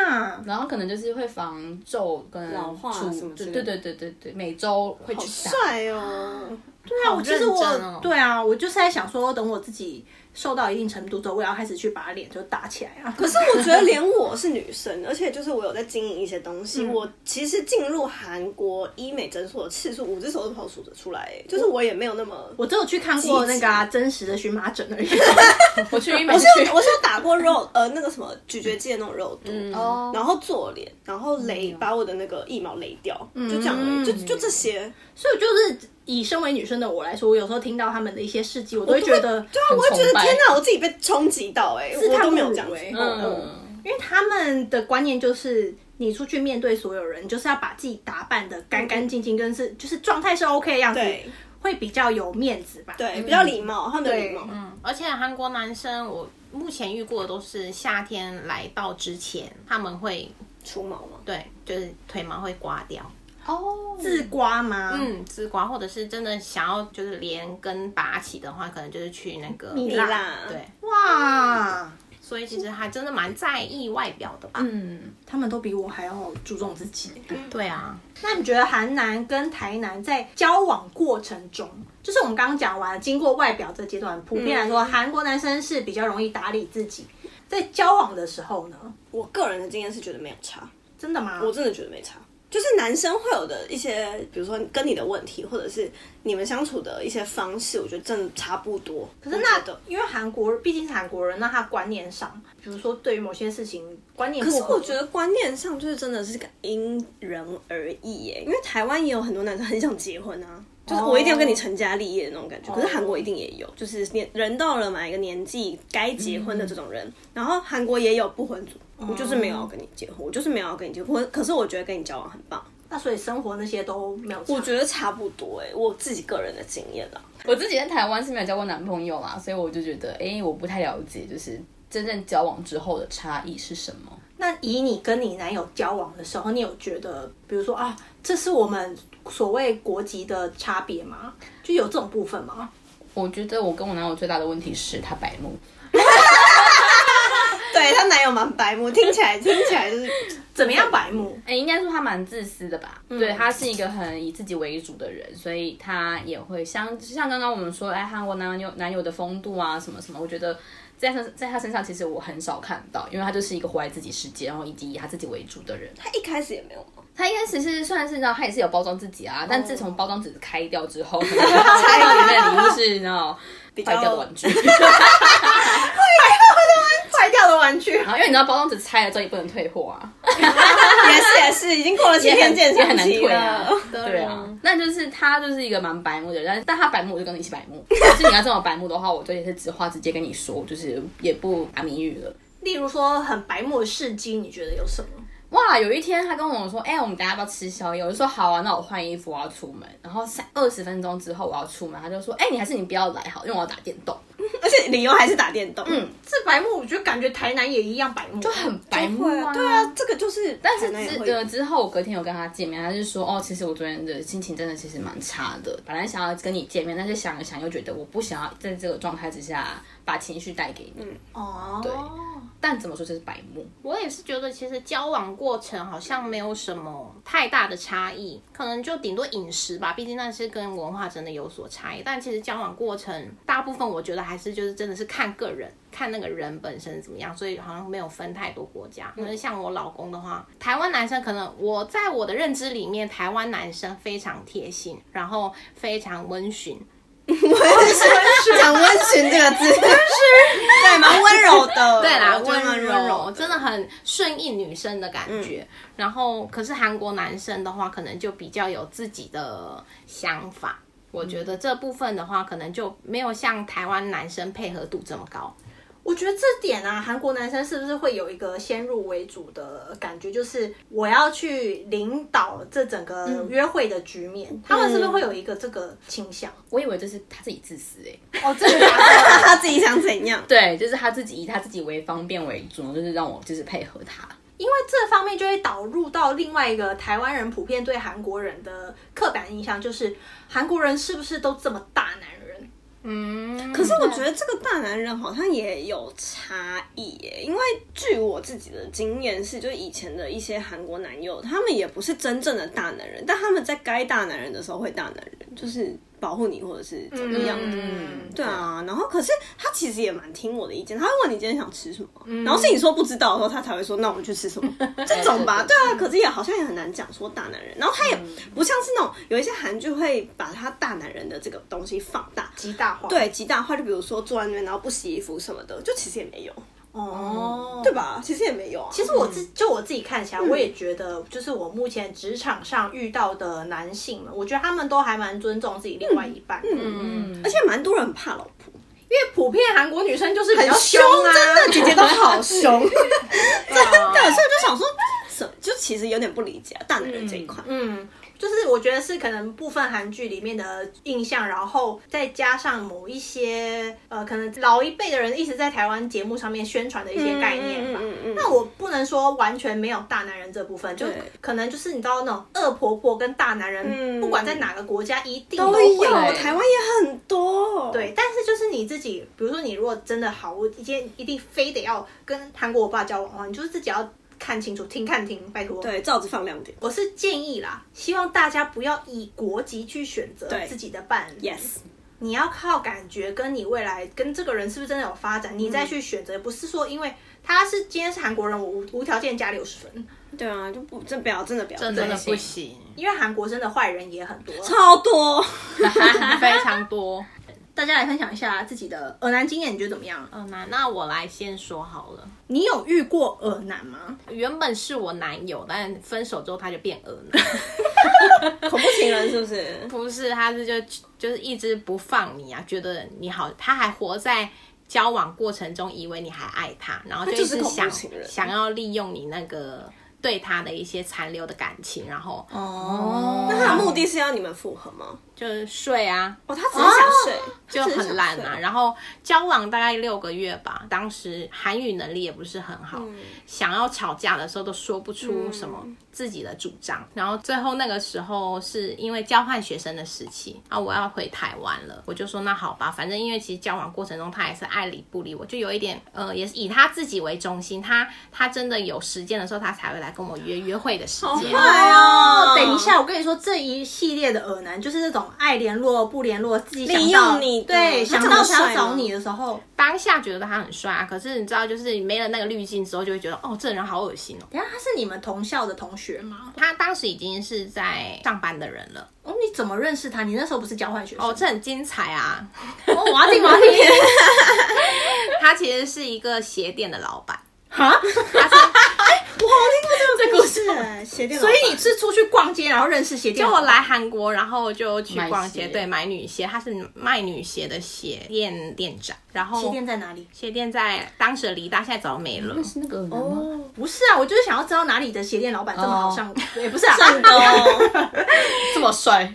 [SPEAKER 2] 哪！
[SPEAKER 4] 然后可能就是会防皱跟
[SPEAKER 3] 老化
[SPEAKER 4] 除
[SPEAKER 3] 什么之
[SPEAKER 4] 对
[SPEAKER 3] 类
[SPEAKER 4] 对
[SPEAKER 3] 的
[SPEAKER 4] 对对对对，每周会去
[SPEAKER 3] 好
[SPEAKER 4] 打。
[SPEAKER 3] 帅哦！
[SPEAKER 2] 对啊，我其实我、
[SPEAKER 1] 认真哦
[SPEAKER 2] 对啊，我就是在想说，等我自己瘦到一定程度之后，我也要开始去把脸就打起来啊。可
[SPEAKER 3] 可是我觉得连我是女生，而且就是我有在经营一些东西，我其实进入韩国医美诊所的次数，五只手指头数得出来，欸就是我也没有那么。
[SPEAKER 2] 我只有去看过那个、啊、真实的荨麻疹 而已。
[SPEAKER 4] 我去 医美
[SPEAKER 3] 我
[SPEAKER 4] 去
[SPEAKER 3] 是有我是有打过肉，呃，那个什么咀嚼肌的那种肉毒，
[SPEAKER 4] 哦
[SPEAKER 3] 然后做脸，然后雷把我的那个腋毛雷掉，就这样而已，就就这些，
[SPEAKER 2] 所以就是以身为女生的我来说，我有时候听到他们的一些事迹，我都会觉得
[SPEAKER 3] 对啊，我会觉得
[SPEAKER 4] 崇拜
[SPEAKER 3] 天哪，我自己被冲击到哎、我
[SPEAKER 2] 他
[SPEAKER 3] 都
[SPEAKER 2] 们
[SPEAKER 3] 没有这样子，嗯，
[SPEAKER 4] 嗯，
[SPEAKER 2] 因为他们的观念就是，你出去面对所有人，就是要把自己打扮的干干净净，跟是就是状态是 OK 的样子
[SPEAKER 3] 对，
[SPEAKER 2] 会比较有面子吧。
[SPEAKER 3] 对，比较礼貌，他们的礼貌，
[SPEAKER 1] 嗯，而且韩国男生我目前遇过的都是夏天来到之前，他们会
[SPEAKER 3] 除毛嘛，
[SPEAKER 1] 对，就是腿毛会刮掉，
[SPEAKER 4] 哦，
[SPEAKER 2] 自刮吗？嗯，
[SPEAKER 1] 嗯，自刮，或者是真的想要就是连根拔起的话，可能就是去那个
[SPEAKER 2] 蜜
[SPEAKER 3] 你
[SPEAKER 2] 蜡
[SPEAKER 3] 啦，
[SPEAKER 1] 对，，
[SPEAKER 2] 哇，
[SPEAKER 1] 所以其实还真的蛮在意外表的吧？
[SPEAKER 4] 嗯，
[SPEAKER 2] 他们都比我还要注重自己。
[SPEAKER 3] 嗯
[SPEAKER 1] 对啊，
[SPEAKER 2] 那你觉得韩男跟台男在交往过程中，就是我们刚刚讲完，经过外表这阶段，普遍来
[SPEAKER 3] 嗯
[SPEAKER 2] 说，韩国男生是比较容易打理自己，在交往的时候呢，
[SPEAKER 3] 我个人的经验是觉得没有差，
[SPEAKER 2] 真的吗？
[SPEAKER 3] 我真的觉得没差。就是男生会有的一些，比如说跟你的问题，或者是你们相处的一些方式，我觉得真的差不多。可
[SPEAKER 2] 可是那
[SPEAKER 3] 的，
[SPEAKER 2] 因为韩国毕竟是韩国人，那他观念上，比如说对于某些事情观念
[SPEAKER 3] 可
[SPEAKER 2] 不合，
[SPEAKER 3] 是我觉得观念上就是真的是因人而异耶，因为台湾也有很多男生很想结婚啊，就是我一定要跟你成家立业的那种感觉。可是韩国一定也有，就是年人到了哪一个年纪该结婚的这种人，然后韩国也有不婚族，我就是没有要跟你结婚，我就是没有要跟你结婚。可是我觉得跟你交往很棒，
[SPEAKER 2] 那哦所以生活那些都没有差，
[SPEAKER 3] 我觉得差不多哎，我自己个人的经验啦。
[SPEAKER 4] 我自己在台湾是没有交过男朋友啦，所以我就觉得，哎、我不太了解，就是真正交往之后的差异是什么。
[SPEAKER 2] 那以你跟你男友交往的时候，你有觉得，比如说啊，这是我们所谓国籍的差别吗？就有这种部分吗？
[SPEAKER 4] 我觉得我跟我男友最大的问题是他白目，
[SPEAKER 3] 对她男友蛮白目，听起来听起来就是
[SPEAKER 2] 怎么样白目？
[SPEAKER 4] 哎、应该说他蛮自私的吧？对他是一个很以自己为主的人，所以他也会像像刚刚我们说，哎，韩国男友男友的风度啊，什么什么，我觉得在他身在他身上其实我很少看到，因为他就是一个活在自己世界，然后以及以他自己为主的人。
[SPEAKER 3] 她一开始也没有嘛，
[SPEAKER 4] 他一开始是虽然是你知道他也是有包装自己啊，但自从包装纸开掉之 后，才里面的礼物是你知道坏掉的玩具。
[SPEAKER 2] 坏掉的玩具，
[SPEAKER 4] 然后因为你知道包装纸拆了之后也不能退货啊，
[SPEAKER 3] 也是也是，已经过了七
[SPEAKER 4] 也
[SPEAKER 3] 天
[SPEAKER 4] 很
[SPEAKER 3] 鉴
[SPEAKER 4] 也
[SPEAKER 3] 赏
[SPEAKER 4] 很难
[SPEAKER 3] 期
[SPEAKER 4] 退 啊
[SPEAKER 3] 了。。
[SPEAKER 4] 对啊，那就是他就是一个蛮白目的人，但是但他白目我就跟你一起白目。可是你要这种白目的话，我就也是直话直接跟你说，就是也不打谜语了。
[SPEAKER 2] 例如说很白目的事迹，你觉得有什么？
[SPEAKER 4] 哇，有一天他跟我说，哎、我们等一下要不要吃宵夜？我就说好啊，那我换衣服，我要出门。然后三二十分钟之后我要出门，他就说，哎、你还是你不要来好，因为我要打电动，
[SPEAKER 3] 而且理由还是打电动，嗯，
[SPEAKER 2] 这白目，我觉得感觉台南也一样白目，就
[SPEAKER 4] 很白目
[SPEAKER 3] 会
[SPEAKER 4] 啊。
[SPEAKER 3] 啊，对啊，这个就是，
[SPEAKER 4] 但是
[SPEAKER 3] 可能也
[SPEAKER 4] 之
[SPEAKER 3] 会有
[SPEAKER 4] 呃之后，我隔天有跟他见面，他就说哦，其实我昨天的心情真的其实蛮差的，本来想要跟你见面，但是想一想又觉得我不想要在这个状态之下把情绪带给
[SPEAKER 3] 嗯
[SPEAKER 4] 你。
[SPEAKER 2] 哦，
[SPEAKER 4] 但怎么说这是白目？
[SPEAKER 1] 我也是觉得，其实交往过程好像没有什么太大的差异，可能就顶多饮食吧，毕竟那是跟文化真的有所差异。但其实交往过程，大部分我觉得还是就是真的是看个人，看那个人本身怎么样，所以好像没有分太多国家。可是像我老公的话，台湾男生可能我在我的认知里面，台湾男生非常贴心，然后非常温驯，
[SPEAKER 3] 讲温驯这个字，对，蛮温柔的，
[SPEAKER 1] 对啦，
[SPEAKER 3] 我觉得
[SPEAKER 1] 温
[SPEAKER 3] 蛮
[SPEAKER 1] 柔，
[SPEAKER 3] 的
[SPEAKER 1] 真的很顺应女生的感觉。然后，可是韩国男生的话，可能就比较有自己的想法。我觉得这部分的话，可能就没有像台湾男生配合度这么高。
[SPEAKER 2] 我觉得这点啊，韩国男生是不是会有一个先入为主的感觉，就是我要去领导这整
[SPEAKER 3] 嗯
[SPEAKER 2] 个约会的局面，他们是不是会有一个这个倾向？
[SPEAKER 4] 我以为这是他自己自私哎、
[SPEAKER 2] 哦，这个
[SPEAKER 3] 他自己想怎样？
[SPEAKER 4] 对，就是他自己以他自己为方便为主，就是让我就是配合他。
[SPEAKER 2] 因为这方面就会导入到另外一个台湾人普遍对韩国人的刻板印象，就是韩国人是不是都这么大男人？
[SPEAKER 1] 嗯，
[SPEAKER 3] 可是我觉得这个大男人好像也有差异耶，因为据我自己的经验是，就是以前的一些韩国男友，他们也不是真正的大男人，但他们在该大男人的时候会大男人，就是保护你或者是怎么样的。
[SPEAKER 4] 嗯
[SPEAKER 3] 对啊，然后可是他其实也蛮听我的意见，他会问你今天想吃什么，然后是你说不知道的时候，他才会说那我们去吃 什么，这种吧，对啊，可是也好像也很难讲说大男人，然后他也不像是那种有一些韩剧会把他大男人的这个东西放大，
[SPEAKER 2] 极大化？
[SPEAKER 3] 对，极大化，就比如说坐在那边然后不洗衣服什么的，就其实也没有，
[SPEAKER 2] 哦，
[SPEAKER 3] 对？吧？其实也没有啊，
[SPEAKER 2] 其实我自就我自己看起来，我也
[SPEAKER 3] 嗯
[SPEAKER 2] 觉得，就是我目前职场上遇到的男性们，我觉得他们都还蛮尊重自己另外一半，嗯，
[SPEAKER 4] 嗯
[SPEAKER 3] 而且蛮多人很怕老婆，
[SPEAKER 2] 因为普遍韩国女生就是比较啊，
[SPEAKER 3] 真的姐姐都好凶，
[SPEAKER 1] 得
[SPEAKER 3] 对，所啊以我就想说，什就其实有点不理解啊大男人这一块，
[SPEAKER 2] 嗯， 就是我觉得是可能部分韩剧里面的印象，然后再加上某一些呃，可能老一辈的人一直在台湾节目上面宣传的一些概念吧。
[SPEAKER 3] 嗯嗯嗯嗯嗯
[SPEAKER 2] 那我不能说完全没有大男人这部分，就
[SPEAKER 3] 对
[SPEAKER 2] 可能就是你知道那种恶婆婆跟大男人，
[SPEAKER 3] 嗯
[SPEAKER 2] 不管在哪个国家一定
[SPEAKER 3] 都
[SPEAKER 2] 会
[SPEAKER 3] 有，
[SPEAKER 4] 会
[SPEAKER 3] 台湾也很多，
[SPEAKER 2] 对，但是就是你自己，比如说你如果真的好，我今天一定非得要跟韩国欧巴交往的话，你就是自己要看清楚，听看听，拜托。
[SPEAKER 3] 对，罩子放亮点
[SPEAKER 2] 我是建议啦，希望大家不要以国籍去选择
[SPEAKER 3] 对
[SPEAKER 2] 自己的伴侣。
[SPEAKER 3] ，yes，
[SPEAKER 2] 你要靠感觉，跟你未来跟这个人是不是真的有发展，你再去选择，不是说因为他是今天是韩国人，我无无条件加六十分，
[SPEAKER 3] 对啊，就不真不要，真的不要，
[SPEAKER 1] 真的不行，
[SPEAKER 2] 因为韩国真的坏人也很多。
[SPEAKER 3] 超多，
[SPEAKER 1] 非常多。
[SPEAKER 2] 大家来分享一下自己的耳男经验，你觉得怎么样？
[SPEAKER 1] 嗯，那那我来先说好了。
[SPEAKER 2] 你有遇过耳男吗？
[SPEAKER 1] 原本是我男友，但分手之后他就变恶男，
[SPEAKER 3] 恐怖情人是不是？
[SPEAKER 1] 不是，他是就就是一直不放你啊，觉得你好，他还活在交往过程中，以为你还爱他，然后就一
[SPEAKER 3] 他
[SPEAKER 1] 直
[SPEAKER 3] 就是恐
[SPEAKER 1] 想
[SPEAKER 3] 怖情人
[SPEAKER 1] 想要利用你那个对他的一些残留的感情，然后
[SPEAKER 2] 哦
[SPEAKER 3] 那他的目的是要你们复合吗？
[SPEAKER 1] 就是睡啊，
[SPEAKER 3] 哦，他只是想睡，
[SPEAKER 1] 就很烂
[SPEAKER 3] 他只是想
[SPEAKER 1] 啊。
[SPEAKER 3] 睡
[SPEAKER 1] 然后交往大概六个月吧，当时韩语能力也不是很好，
[SPEAKER 3] 嗯
[SPEAKER 1] 想要吵架的时候都说不出什么自己的主张。然后最后那个时候是因为交换学生的时期啊，我要回台湾了，我就说那好吧，反正因为其实交往过程中他也是爱理不理我，就有一点呃，也是以他自己为中心，他他真的有时间的时候他才会来跟我约约会的时间。
[SPEAKER 3] 哎呀，
[SPEAKER 2] 等一下，我跟你说，这一系列的耳男就是那种爱联络不联络，自己想
[SPEAKER 3] 利
[SPEAKER 2] 到
[SPEAKER 3] 用你的
[SPEAKER 2] 对，
[SPEAKER 3] 他
[SPEAKER 2] 想
[SPEAKER 3] 长
[SPEAKER 2] 到
[SPEAKER 3] 得
[SPEAKER 2] 想要
[SPEAKER 3] 帅
[SPEAKER 2] 找
[SPEAKER 3] 吗
[SPEAKER 2] 你的时候，
[SPEAKER 1] 当下觉得他很帅啊，可是你知道，就是没了那个滤镜之后，就会觉得哦，这人好恶心哦。
[SPEAKER 2] 等一下他是你们同校的同学吗？
[SPEAKER 1] 他当时已经是在上班的人了。
[SPEAKER 2] 哦，你怎么认识他？你那时候不是交换学生？
[SPEAKER 1] 哦，这很精彩啊！
[SPEAKER 2] 哦，我要听，我 要听。
[SPEAKER 1] 他其实是一个鞋店的老板，
[SPEAKER 2] 哈，
[SPEAKER 1] 他是
[SPEAKER 3] 我听过这个故事，鞋店老
[SPEAKER 2] 所
[SPEAKER 3] 板。
[SPEAKER 2] 以你是出去逛街，然后认识鞋
[SPEAKER 1] 就
[SPEAKER 2] 店老
[SPEAKER 1] 我
[SPEAKER 2] 板？
[SPEAKER 1] 来韩国，然后就去逛
[SPEAKER 4] 买
[SPEAKER 1] 街，
[SPEAKER 4] 鞋
[SPEAKER 1] 对，买女鞋，他是卖女鞋的鞋店店长，然后
[SPEAKER 2] 哎鞋店在哪里？
[SPEAKER 1] 鞋店在当时的梨大，现在早没了
[SPEAKER 4] 那。是那个人吗？
[SPEAKER 3] 哦，
[SPEAKER 2] 不是啊，我就是想要知道哪里的鞋店老板这么好上， 也不是啊，
[SPEAKER 3] 上钩，
[SPEAKER 4] 这么帅，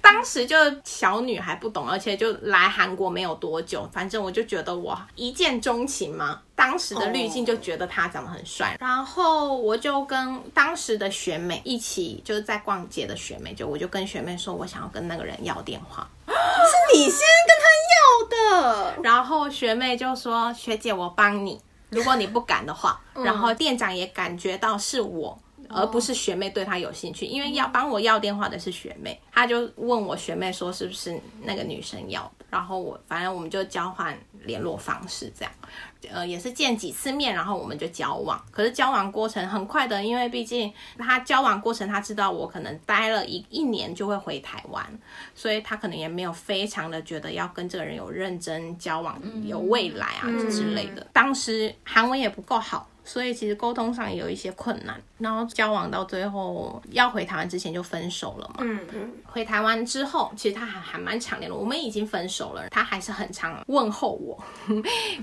[SPEAKER 1] 当时就小女孩不懂，而且就来韩国没有多久，反正我就觉得我一见钟情嘛。当时的滤镜就觉得他长得很帅然后我就跟当时的学妹一起，就是在逛街的学妹，就我就跟学妹说我想要跟那个人要电话，
[SPEAKER 3] 你先跟他要的，
[SPEAKER 1] 然后学妹就说学姐我帮你， 如果你不敢的话，然后店长也感觉到是我。而不是学妹对他有兴趣，因为要帮我要电话的是学妹，他就问我学妹说是不是那个女生要的，然后我反正我们就交换联络方式这样，呃也是见几次面，然后我们就交往。可是交往过程很快的，因为毕竟他交往过程他知道我可能待了一一年就会回台湾，所以他可能也没有非常的觉得要跟这个人有认真交往、有未来啊之类的。当时韩文也不够好，所以其实沟通上也有一些困难。然后交往到最后要回台湾之前就分手了嘛。回台湾之后，其实他还还蛮常联络，我们已经分手了，他还是很常问候我。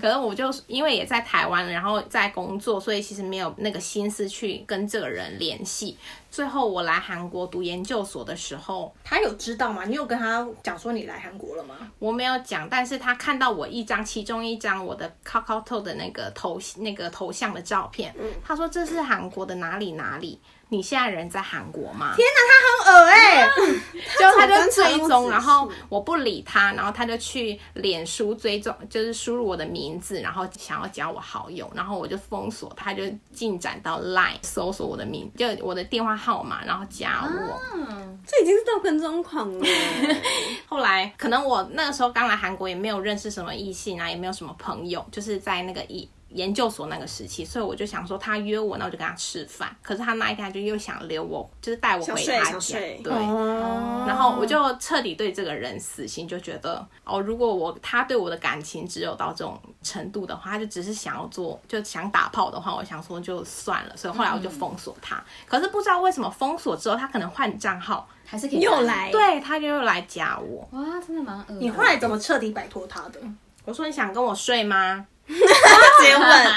[SPEAKER 1] 可是我就因为也在台湾，然后在工作，所以其实没有那个心思去跟这个人联系。最后我来韩国读研究所的时候，
[SPEAKER 2] 他有知道吗？你有跟他讲说你来韩国了吗？
[SPEAKER 1] 我没有讲，但是他看到我一张，其中一张我的 c o c o t o 的那个头那个头像的照片，他说这是韩国的哪里哪里。你现在人在韩国吗？天
[SPEAKER 2] 很
[SPEAKER 3] 哦
[SPEAKER 2] 恶哎、
[SPEAKER 1] 就他就
[SPEAKER 3] 怎么观察那
[SPEAKER 1] 追
[SPEAKER 3] 么
[SPEAKER 1] 踪，
[SPEAKER 3] 仔
[SPEAKER 1] 然后
[SPEAKER 3] 细
[SPEAKER 1] 我不理他，然后他就去脸书追踪，就是输入我的名字，然后想要加我好友，然后我就封锁他，就进展到 Line 搜索我的名，就我的电话号码，然后加我。
[SPEAKER 3] 啊这已经是到跟踪狂了。
[SPEAKER 1] 后来可能我那个时候刚来韩国，也没有认识什么异性啊，也没有什么朋友，就是在那个一。研究所那个时期，所以我就想说他约我，那我就跟他吃饭。可是他那一天就又想留我，就是带我
[SPEAKER 3] 想
[SPEAKER 1] 回
[SPEAKER 3] 睡
[SPEAKER 1] 他
[SPEAKER 3] 想
[SPEAKER 1] 家
[SPEAKER 3] 睡，
[SPEAKER 1] 对，
[SPEAKER 2] 哦
[SPEAKER 1] 然后我就彻底对这个人死心，就觉得哦，如果我他对我的感情只有到这种程度的话，他就只是想要做，就想打炮的话，我想说就算了，所以后来我就封锁他。可是不知道为什么封锁之后，他可能换账号，
[SPEAKER 4] 还是可 以
[SPEAKER 3] 又
[SPEAKER 4] 看
[SPEAKER 3] 来
[SPEAKER 1] 对他就又来加我。
[SPEAKER 4] 哇，真的蛮恶的。
[SPEAKER 2] 你后来怎么彻底摆脱他的？
[SPEAKER 1] 我说你想跟我睡 吗？
[SPEAKER 3] 直 接问，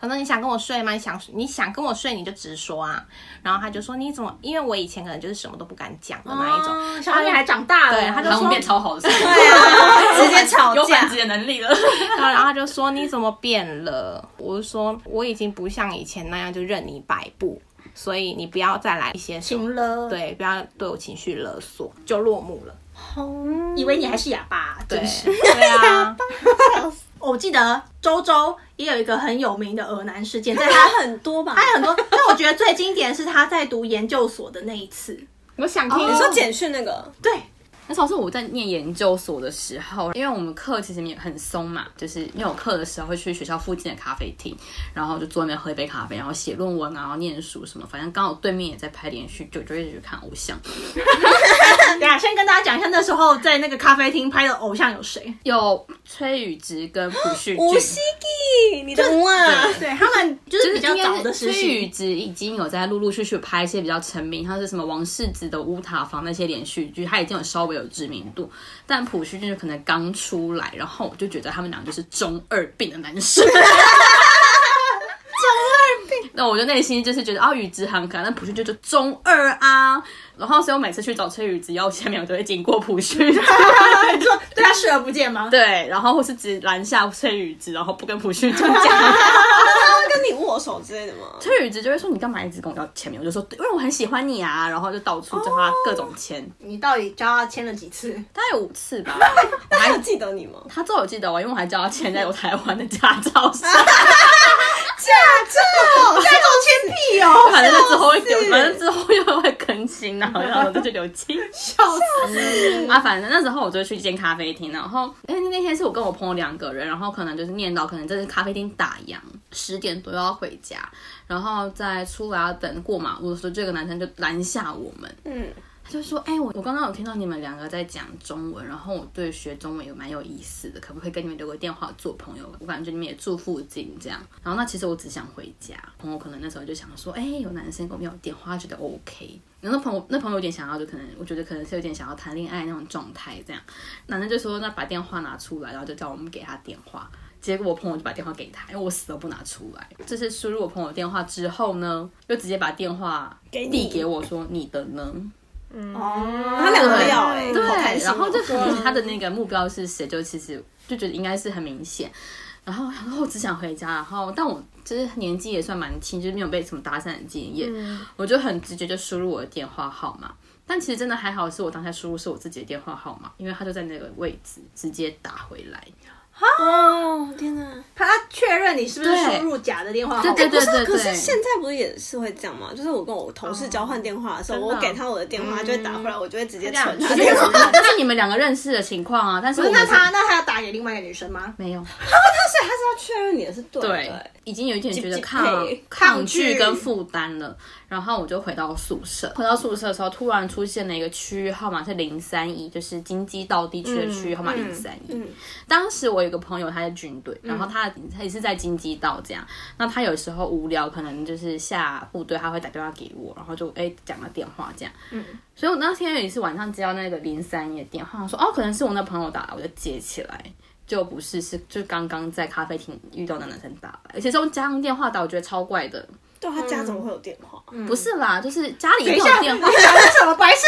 [SPEAKER 1] 他说你想跟我睡吗？你想你想跟我睡你就直说啊。然后他就说你怎么？因为我以前可能就是什么都不敢讲的那一种，
[SPEAKER 2] 哦小女孩长大了，
[SPEAKER 1] 对他就
[SPEAKER 4] 韩
[SPEAKER 1] 说
[SPEAKER 4] 文变超好，是不是
[SPEAKER 3] 对啊，直接吵
[SPEAKER 4] 有反
[SPEAKER 3] 架
[SPEAKER 4] 击。的能力了。
[SPEAKER 1] 然后然后他就说你怎么变了？我就说我已经不像以前那样就任你摆布，所以你不要再来一些什么
[SPEAKER 2] 行了，，
[SPEAKER 1] 对，不要对我情绪勒索，就落幕 了。
[SPEAKER 2] 以为你还是哑巴，
[SPEAKER 1] 对，
[SPEAKER 2] 真是。哦
[SPEAKER 1] 对啊，
[SPEAKER 2] 我记得周周也有一个很有名的俄男事件， 在他
[SPEAKER 3] 他很多吧？
[SPEAKER 2] 还有很多，但我觉得最经典是他在读研究所的那一次。
[SPEAKER 1] 我想听
[SPEAKER 3] 你说简讯那个，
[SPEAKER 2] 对，
[SPEAKER 4] 那时候是我在念研究所的时候，因为我们课其实也很松嘛，就是因为我课的时候会去学校附近的咖啡厅，然后就坐那边喝一杯咖啡，然后写论文啊，然后念书什么，反正刚好对面也在拍连续剧，就一直去看偶像。
[SPEAKER 2] 等一下先跟大家讲一下那时候在那个咖啡厅拍的偶像有谁。
[SPEAKER 4] 有崔宇植跟朴叙
[SPEAKER 3] 吴
[SPEAKER 4] 俊。
[SPEAKER 3] 希吉，你的哇，
[SPEAKER 2] 对他们就是比较
[SPEAKER 4] 应
[SPEAKER 2] 早
[SPEAKER 4] 该
[SPEAKER 2] 的
[SPEAKER 4] 是
[SPEAKER 2] 时
[SPEAKER 4] 崔宇
[SPEAKER 2] 期，
[SPEAKER 4] 植已经有在陆陆续续拍一些比较成名，像是什么王世子的《乌塔房》那些连续剧，他已经有稍微有知名度。但朴叙俊就可能刚出来，然后我就觉得他们俩就是中二病的男 生。中二病，那我就内心就是觉得哦，宇植很可爱，但朴叙俊就中二啊。然后所以我每次去找崔宇植要下面，我都会经过 朴叙俊。
[SPEAKER 2] 你说对他视而不见吗？
[SPEAKER 4] 对，啊然后或是只拦下崔宇植，然后不跟朴叙俊讲。
[SPEAKER 3] 他会跟你握手之类的吗？
[SPEAKER 4] 崔宇植就会说你干嘛一直跟我要签名？我就说对因为我很喜欢你啊，然后就到处叫他各种签，
[SPEAKER 2] 你到底教他签了几 次？
[SPEAKER 4] 大概有五次吧。
[SPEAKER 3] 他还记得你吗？
[SPEAKER 4] 他最后有记得我，因为我还叫他签在我台湾的驾照上，
[SPEAKER 2] 啊
[SPEAKER 3] 驾照，驾照铅笔哦，
[SPEAKER 4] 反正之后会有，反正之后又会更新啊，然后我就有记。
[SPEAKER 2] 笑死！
[SPEAKER 4] 啊，反正那时候我就去一间咖啡厅，然后因为那天是我跟我朋友两个人，然后可能就是念到可能这是咖啡厅打烊，十点多要回家，然后再出来要等过马路的时候，这个男生就拦下我们，
[SPEAKER 3] 嗯，
[SPEAKER 4] 他就说：“哎、我我刚刚有听到你们两个在讲中文，然后我对学中文也哎蛮有意思的，可不可以跟你们留个电话做朋友？我感觉你们也住附近这样。然后那其实我只想回家，朋友可能那时候就想说，哎、有男生跟我要电话，觉得 OK。”然后那朋友，那朋友有点想要，就可能我觉得可能是有点想要谈恋爱那种状态，这样。男生就说：“那把电话拿出来。”然后就叫我们给他电话。结果我朋友就把电话给他，因为我死都不拿出来。这是输入我朋友电话之后呢，就直接把电话
[SPEAKER 3] 给你
[SPEAKER 4] 递给我说：“你的呢？”
[SPEAKER 3] 哦，他两个都要哎，
[SPEAKER 4] 对
[SPEAKER 3] 好开，心哦
[SPEAKER 4] 然后就可能他的那个目标是谁，就其实就觉得应该是很明显。然后，然后我只想回家，然后但我就是年纪也算蛮轻，就是没有被什么搭讪的经验，
[SPEAKER 3] 嗯
[SPEAKER 4] 我就很直觉就输入我的电话号码。但其实真的还好，是我当下输入是我自己的电话号码，因为他就在那个位置直接打回来。
[SPEAKER 3] 哦，天哪！
[SPEAKER 2] 他确认你是不是
[SPEAKER 4] 对
[SPEAKER 2] 输入假的电话号码。
[SPEAKER 4] 对
[SPEAKER 3] 不
[SPEAKER 4] 对
[SPEAKER 3] 是啊，
[SPEAKER 4] 对
[SPEAKER 3] 可是现在不是也是会这样吗？就是我跟我同事交换电话的时候，
[SPEAKER 4] 真的
[SPEAKER 3] 我
[SPEAKER 4] 哦
[SPEAKER 3] 给他我的电话，他就会打回来，我就会直接传
[SPEAKER 1] 他
[SPEAKER 3] 嗯他
[SPEAKER 1] 这
[SPEAKER 3] 电
[SPEAKER 1] 样
[SPEAKER 3] 话。
[SPEAKER 4] 但是你们两个认识的情况啊，但是我们
[SPEAKER 2] 那
[SPEAKER 4] 是
[SPEAKER 2] 他那他要打给另外一个女生吗？
[SPEAKER 4] 没有。
[SPEAKER 3] 所以他是要确认你的是对的
[SPEAKER 4] 对
[SPEAKER 3] 欸，
[SPEAKER 4] 已经有一点觉得
[SPEAKER 3] 就
[SPEAKER 4] 抗
[SPEAKER 3] 配
[SPEAKER 4] 抗
[SPEAKER 2] 抗拒
[SPEAKER 4] 拒跟负担了。然后我就回到宿舍，回到宿舍的时候，突然出现了一个区域号码是零三一，就是京畿道地区的区域号码零三一。当时我有一个朋友，他在军队，然后他他也是在京畿道这样。那他有时候无聊，可能就是下部队，他会打电话给我，然后就哎讲个电话这样。所以我那天也是晚上接到那个零三一的电话，我说哦，可能是我那朋友打来，我就接起来，就不是是就刚刚在咖啡厅遇到的男生打来，而且是用家用电话打，我觉得超怪的。
[SPEAKER 3] 对他家怎么会有电话？
[SPEAKER 4] 不是啦，就是家里一定
[SPEAKER 2] 等一下
[SPEAKER 4] 有电话，
[SPEAKER 2] 什么白痴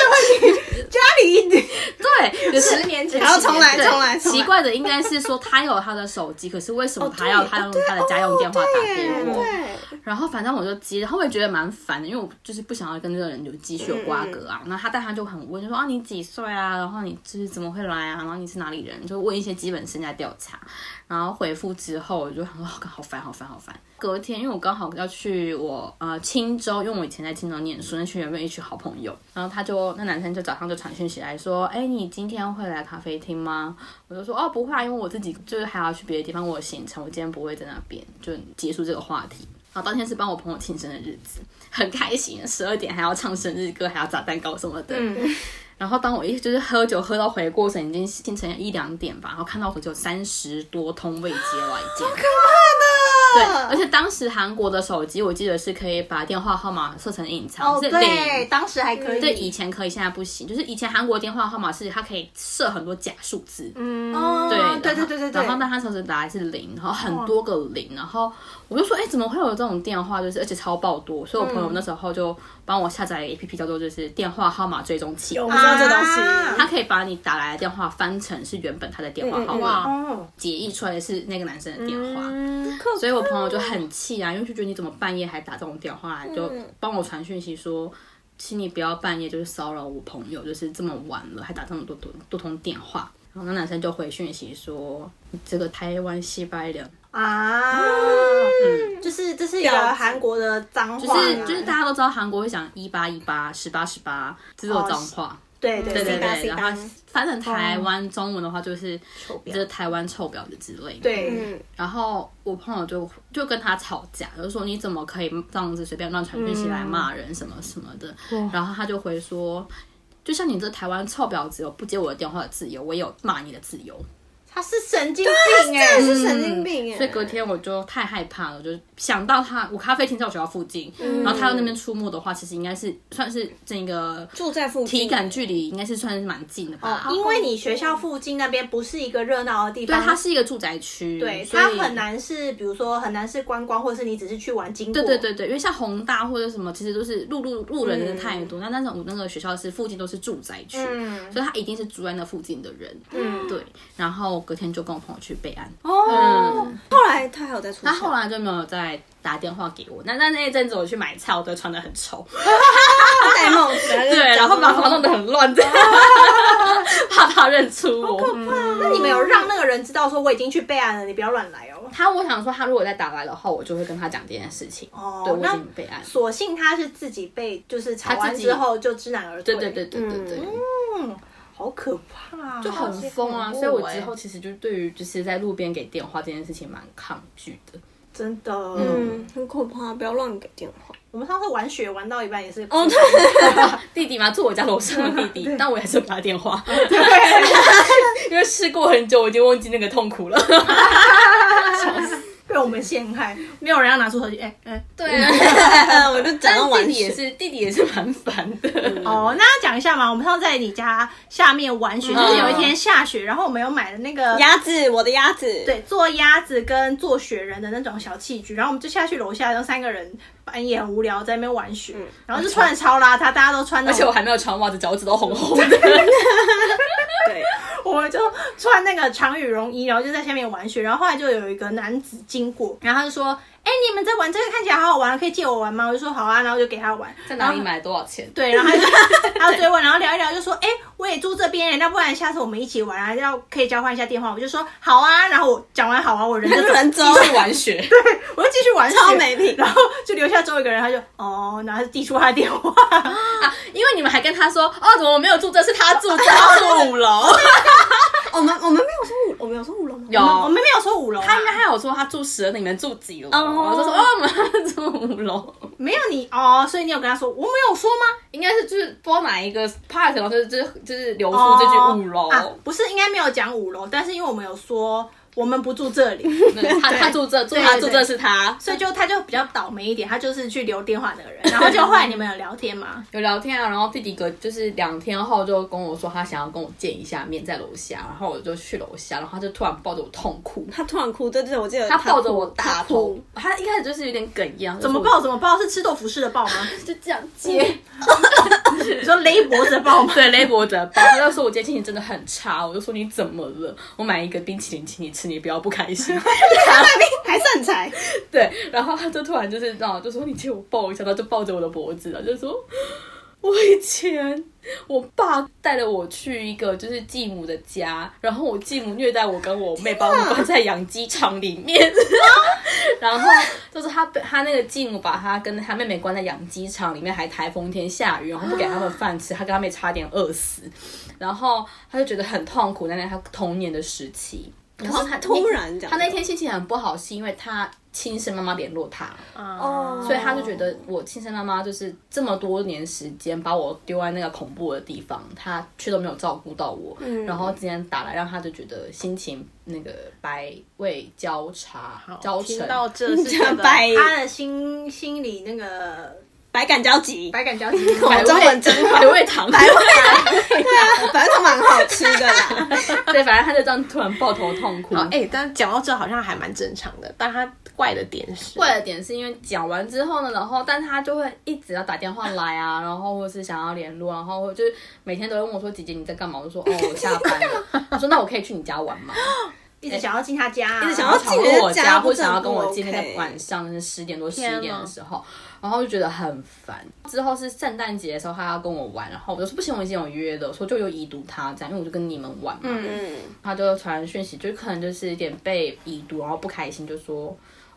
[SPEAKER 2] 问题？家里一定
[SPEAKER 4] 对，有十
[SPEAKER 2] 年前
[SPEAKER 3] 还要重来，
[SPEAKER 4] 对
[SPEAKER 3] 重来，重来
[SPEAKER 4] 奇。怪的应该是说他有他的手机，可是为什么他要他用他的家用电话打给
[SPEAKER 3] 对
[SPEAKER 4] 我？
[SPEAKER 3] 对，
[SPEAKER 4] 然后反正我就接，然后我也觉得蛮烦的，因为我就是不想要跟这个人有继续有瓜葛啊。那、他但他就很问，就说啊你几岁啊？然后你就是怎么会来啊？然后你是哪里人？就问一些基本身家调查。然后回复之后，我就很哦，好烦，好烦，好烦。隔天，因为我刚好要去我呃青州，因为我以前在青州念书，那群原本一群好朋友，然后他就那男生就早上就传讯息来说，哎，你今天会来咖啡厅吗？我就说哦不会啊，因为我自己就是还要去别的地方，我有行程，我今天不会在那边，就结束这个话题。然后当天是帮我朋友庆生的日子，很开心，十二点还要唱生日歌，还要炸蛋糕什么的。
[SPEAKER 2] 嗯
[SPEAKER 4] 然后当我一就是喝酒喝到回过神，已经清晨一两点吧，然后看到我只有三十多通未接 来电，对，而且当时韩国的手机我记得是可以把电话号码设成隐藏，
[SPEAKER 2] 哦，
[SPEAKER 4] 是
[SPEAKER 2] 对，
[SPEAKER 4] 零。
[SPEAKER 2] 当时还可以。
[SPEAKER 4] 对，以前可以，现在不行。就是以前韩国电话号码是它可以设很多假数字，
[SPEAKER 2] 哦，对
[SPEAKER 4] 对然
[SPEAKER 2] 对
[SPEAKER 4] 后
[SPEAKER 2] 对对对
[SPEAKER 4] 然后但他手指打来是零，然后很多个零，然后我就说，哎、怎么会有这种电话？就是而且超爆多，所以我朋友那时候就帮我下载 A P P 叫做就是电话号码追踪器
[SPEAKER 3] 有，
[SPEAKER 2] 哦
[SPEAKER 3] 我知道这东
[SPEAKER 2] 啊
[SPEAKER 3] 西。
[SPEAKER 4] 它可以把你打来的电话翻成是原本他的电话
[SPEAKER 3] 嗯
[SPEAKER 4] 号
[SPEAKER 3] 嗯嗯
[SPEAKER 4] 码，
[SPEAKER 2] 哦，
[SPEAKER 4] 解译出来是那个男生的电话。
[SPEAKER 2] 嗯，
[SPEAKER 4] 所以我朋友就很气啊，因为就觉得你怎么半夜还打这种电话
[SPEAKER 2] 嗯
[SPEAKER 4] 来，就帮我传讯息说，请你不要半夜就是骚扰我朋友，就是这么晚了还打这么多多多通电话。然后那男生就回讯息说，你这个台湾西白人，
[SPEAKER 2] 啊，就是这是一
[SPEAKER 3] 婊
[SPEAKER 2] 个
[SPEAKER 3] 子
[SPEAKER 2] 韩国的脏
[SPEAKER 4] 就
[SPEAKER 2] 话啊，
[SPEAKER 4] 是哎就是大家都知道韩国会讲一八一八十八十八这种脏话，
[SPEAKER 2] 哦对对
[SPEAKER 4] 对对
[SPEAKER 3] 18
[SPEAKER 4] 对，
[SPEAKER 3] 18
[SPEAKER 4] 然后翻成台
[SPEAKER 2] 嗯
[SPEAKER 4] 湾中文的话就是就是台湾臭婊子之类的，
[SPEAKER 2] 对，
[SPEAKER 3] 嗯，
[SPEAKER 4] 然后我朋友就就跟他吵架，就说你怎么可以这样子随便乱传讯息
[SPEAKER 2] 嗯
[SPEAKER 4] 来骂人什么什么的。然后他就回说，就像你这台湾臭婊子有不接我的电话的自由，我也有骂你的自由。
[SPEAKER 2] 他是神经病哎，
[SPEAKER 3] 是神经病哎。
[SPEAKER 4] 所以隔天我就太害怕了，就是想到他，我咖啡厅在我学校附近，
[SPEAKER 2] 嗯
[SPEAKER 4] 然后他在那边出没的话，其实应该是算是整个
[SPEAKER 3] 住在附近，
[SPEAKER 4] 体感距离应该是算是蛮近的吧。
[SPEAKER 2] 因为你学校附近那边不是一个热闹的地
[SPEAKER 4] 对，
[SPEAKER 2] 方，
[SPEAKER 4] 它是一个住宅区，
[SPEAKER 2] 对
[SPEAKER 4] 对
[SPEAKER 2] 它很难是，比如说很难是观光，或者是你只是去玩经过。
[SPEAKER 4] 对对对对，因为像宏大或者什么，其实都是路路路人真的太
[SPEAKER 2] 嗯
[SPEAKER 4] 多。那但是我那个学校是附近都是住宅区，所以他一定是住在那附近的人。嗯，对。然后隔天就跟我朋友去备案，
[SPEAKER 2] 嗯
[SPEAKER 3] 哦。后来他还有再出现，
[SPEAKER 4] 他后来就没有再打电话给我。那那那一阵子我去买菜，我都穿的 很丑，
[SPEAKER 3] 他戴帽子，啊对
[SPEAKER 4] 对，然后把头发弄得很 乱，这样怕他认出我。
[SPEAKER 2] 那你们有让那个人知道说我已经去备案了，你不要乱来哦。
[SPEAKER 4] 他我想说，他如果再打来的话，我就会跟他讲这件事情。
[SPEAKER 2] 哦
[SPEAKER 4] 对，我已
[SPEAKER 2] 那
[SPEAKER 4] 经备案。
[SPEAKER 2] 所幸他是自己被，就是吵完
[SPEAKER 4] 他自己
[SPEAKER 2] 之后就知难而退。
[SPEAKER 4] 对对对，对对
[SPEAKER 2] 嗯
[SPEAKER 4] 对。
[SPEAKER 2] 好可怕、啊，
[SPEAKER 4] 就很疯啊，
[SPEAKER 1] 超级恐怖
[SPEAKER 4] 所以我
[SPEAKER 1] 欸
[SPEAKER 4] 之后其实就对于就是在路边给电话这件事情蛮抗拒的。
[SPEAKER 2] 真的。
[SPEAKER 3] 嗯，很可怕，不要乱给电 话。
[SPEAKER 2] 我们上次玩雪玩到一半也是，哦，
[SPEAKER 4] 弟弟嘛，住我家楼上的 弟弟，但我也还是给他电话，因为试过很久，我已经忘记那个痛苦了。
[SPEAKER 2] 被我们陷害，没有人要拿出手机，哎、哎、
[SPEAKER 4] 对 啊，
[SPEAKER 3] 我就讲
[SPEAKER 4] 但
[SPEAKER 3] 到
[SPEAKER 4] 是
[SPEAKER 3] 玩
[SPEAKER 4] 弟弟也
[SPEAKER 3] 雪，
[SPEAKER 4] 是，弟弟也是蛮烦的。
[SPEAKER 2] 哦，那要讲一下嘛，我们上次在你家下面玩雪，
[SPEAKER 4] 嗯
[SPEAKER 2] 就是有一天下雪，然后我们有买的那个
[SPEAKER 3] 鸭子，我的鸭子，对
[SPEAKER 2] 对，做鸭子跟做雪人的那种小器具，然后我们就下去楼下，然后三个人半夜很无聊，在那边玩雪，然后就穿的超邋遢，大家都穿那
[SPEAKER 4] 嗯而且我
[SPEAKER 2] 种，
[SPEAKER 4] 还没有穿袜子，脚趾都红红的。
[SPEAKER 2] 我们就穿那个长羽绒衣，然后就在下面玩雪，然后后来就有一个男子经过，然后他就说：“哎、你们在玩这个看起来好好玩，可以借我玩吗？”我就说：“好啊。”然后就给他玩，
[SPEAKER 4] 在哪里买？多少 钱？
[SPEAKER 2] 对，然后他就 他就追问，然后聊一聊，就说：“哎、我也住这边耶，那不然下次我们一起玩啊，要可以交换一下电话。”我就说：“好啊。”然后我讲完“好啊”，我人就走，
[SPEAKER 3] 人走，
[SPEAKER 4] 去玩雪，
[SPEAKER 2] 我就继续玩雪，
[SPEAKER 3] 超没品
[SPEAKER 2] 然后就留下最后一个人，他就哦，然后他就递出他的电话，
[SPEAKER 4] 啊因为你们还跟他说，哦，怎么我没有住这，是他住这，他住五楼。 哦
[SPEAKER 3] 我们我们没有说五，我们有说五楼吗？
[SPEAKER 4] 有，
[SPEAKER 2] 我们没 有说五楼啊，
[SPEAKER 4] 他应该还有说他住十楼，你们住几楼？我就说，哦，我们住五楼。
[SPEAKER 2] 没有你哦，所以你有跟他说我没有说吗？
[SPEAKER 4] 应该是就是不知道哪一个 part，然后就是就是就是流出这句五楼，
[SPEAKER 2] 啊，不是应该没有讲五楼，但是因为我们有说我们不住这里，
[SPEAKER 4] 对他他住这住他
[SPEAKER 2] 对对
[SPEAKER 4] 住这是他。
[SPEAKER 2] 所以就他就比较倒霉一点，他就是去留电话那个人，然后就后来你们有聊天嘛，
[SPEAKER 4] 有聊天啊，然后弟弟哥就是两天后就跟我说他想要跟我见一下面，在楼下，然后我就去楼下，然后他就突然抱着我痛哭，
[SPEAKER 3] 他突然哭，对对，对我记得
[SPEAKER 4] 他抱着
[SPEAKER 3] 哭
[SPEAKER 4] 我大
[SPEAKER 3] 他
[SPEAKER 4] 头
[SPEAKER 3] 哭，，
[SPEAKER 4] 他一开始就是有点哽咽，
[SPEAKER 2] 怎么抱怎么抱是吃豆腐式的抱吗？
[SPEAKER 4] 就这样接，
[SPEAKER 2] 你说勒脖子的抱 吗？
[SPEAKER 4] 对，勒脖子的抱，他就说我今天心情真的很差，我就说你怎么了？我买一个冰淇淋请你吃，你不要不开心。
[SPEAKER 3] 还 善财，
[SPEAKER 4] 对，然后他就突然就是让我就说你借我抱一下，他就抱着我的脖子了，就说我以前我爸带了我去一个就是继母的家，然后我继母虐待我跟我
[SPEAKER 3] 啊
[SPEAKER 4] 妹，把我们关在养鸡场里 面，然后就是他被他那个继母把他跟他妹妹关在养鸡场里面，还台风天下雨，然后不给他们饭吃，他跟他妹差点饿死，然后他就觉得很痛苦，那那他童年的时期。然后他
[SPEAKER 3] 突然这样
[SPEAKER 4] 他那天心情很不好，是因为他亲生妈妈联络他，
[SPEAKER 2] 哦
[SPEAKER 4] 所以他就觉得我亲生妈妈就是这么多年时间把我丢在那个恐怖的地方，他却都没有照顾到我。
[SPEAKER 1] 嗯
[SPEAKER 4] 然后今天打来，让他就觉得心情那个百味交叉交
[SPEAKER 1] 哦听
[SPEAKER 4] 成。
[SPEAKER 1] 到这是真 的
[SPEAKER 3] 白
[SPEAKER 2] 他的心心里那个
[SPEAKER 3] 百感交集，
[SPEAKER 2] 百感交集，
[SPEAKER 4] 百
[SPEAKER 3] 我中文真 好
[SPEAKER 4] 百味糖，百
[SPEAKER 3] 反正他蛮好吃的啦。
[SPEAKER 4] 对，反正他就这样突然抱头痛哭。
[SPEAKER 1] 好，哎、但讲到这好像还蛮正常的，但他怪的点是
[SPEAKER 4] 怪的点是因为讲完之后呢，然后但他就会一直要打电话来啊， 然后或是想要联络，然后就是每天都会问我说：“姐姐你在干嘛？”我就说：“哦，我下班了。”他说：“那我可以去你家玩吗
[SPEAKER 2] 一直想要进他家啊，一
[SPEAKER 3] 直？”想
[SPEAKER 4] 然
[SPEAKER 3] 要
[SPEAKER 4] 后
[SPEAKER 3] 进
[SPEAKER 4] 吵过我家，不
[SPEAKER 3] 人家
[SPEAKER 4] 想要
[SPEAKER 3] 不
[SPEAKER 4] 跟我
[SPEAKER 3] 不
[SPEAKER 4] 见面，在
[SPEAKER 3] OK
[SPEAKER 4] 晚上十点多十
[SPEAKER 1] 天
[SPEAKER 4] 一
[SPEAKER 1] 哪
[SPEAKER 4] 点的时候，然后就觉得很烦。之后是圣诞节的时候，他要跟我玩，然后我就说不行，我已经有约了，我说就有已读他这样，因为我就跟你们玩嘛。
[SPEAKER 3] 嗯，
[SPEAKER 4] 他就传讯息，就可能就是有点被已读，然后不开心，就说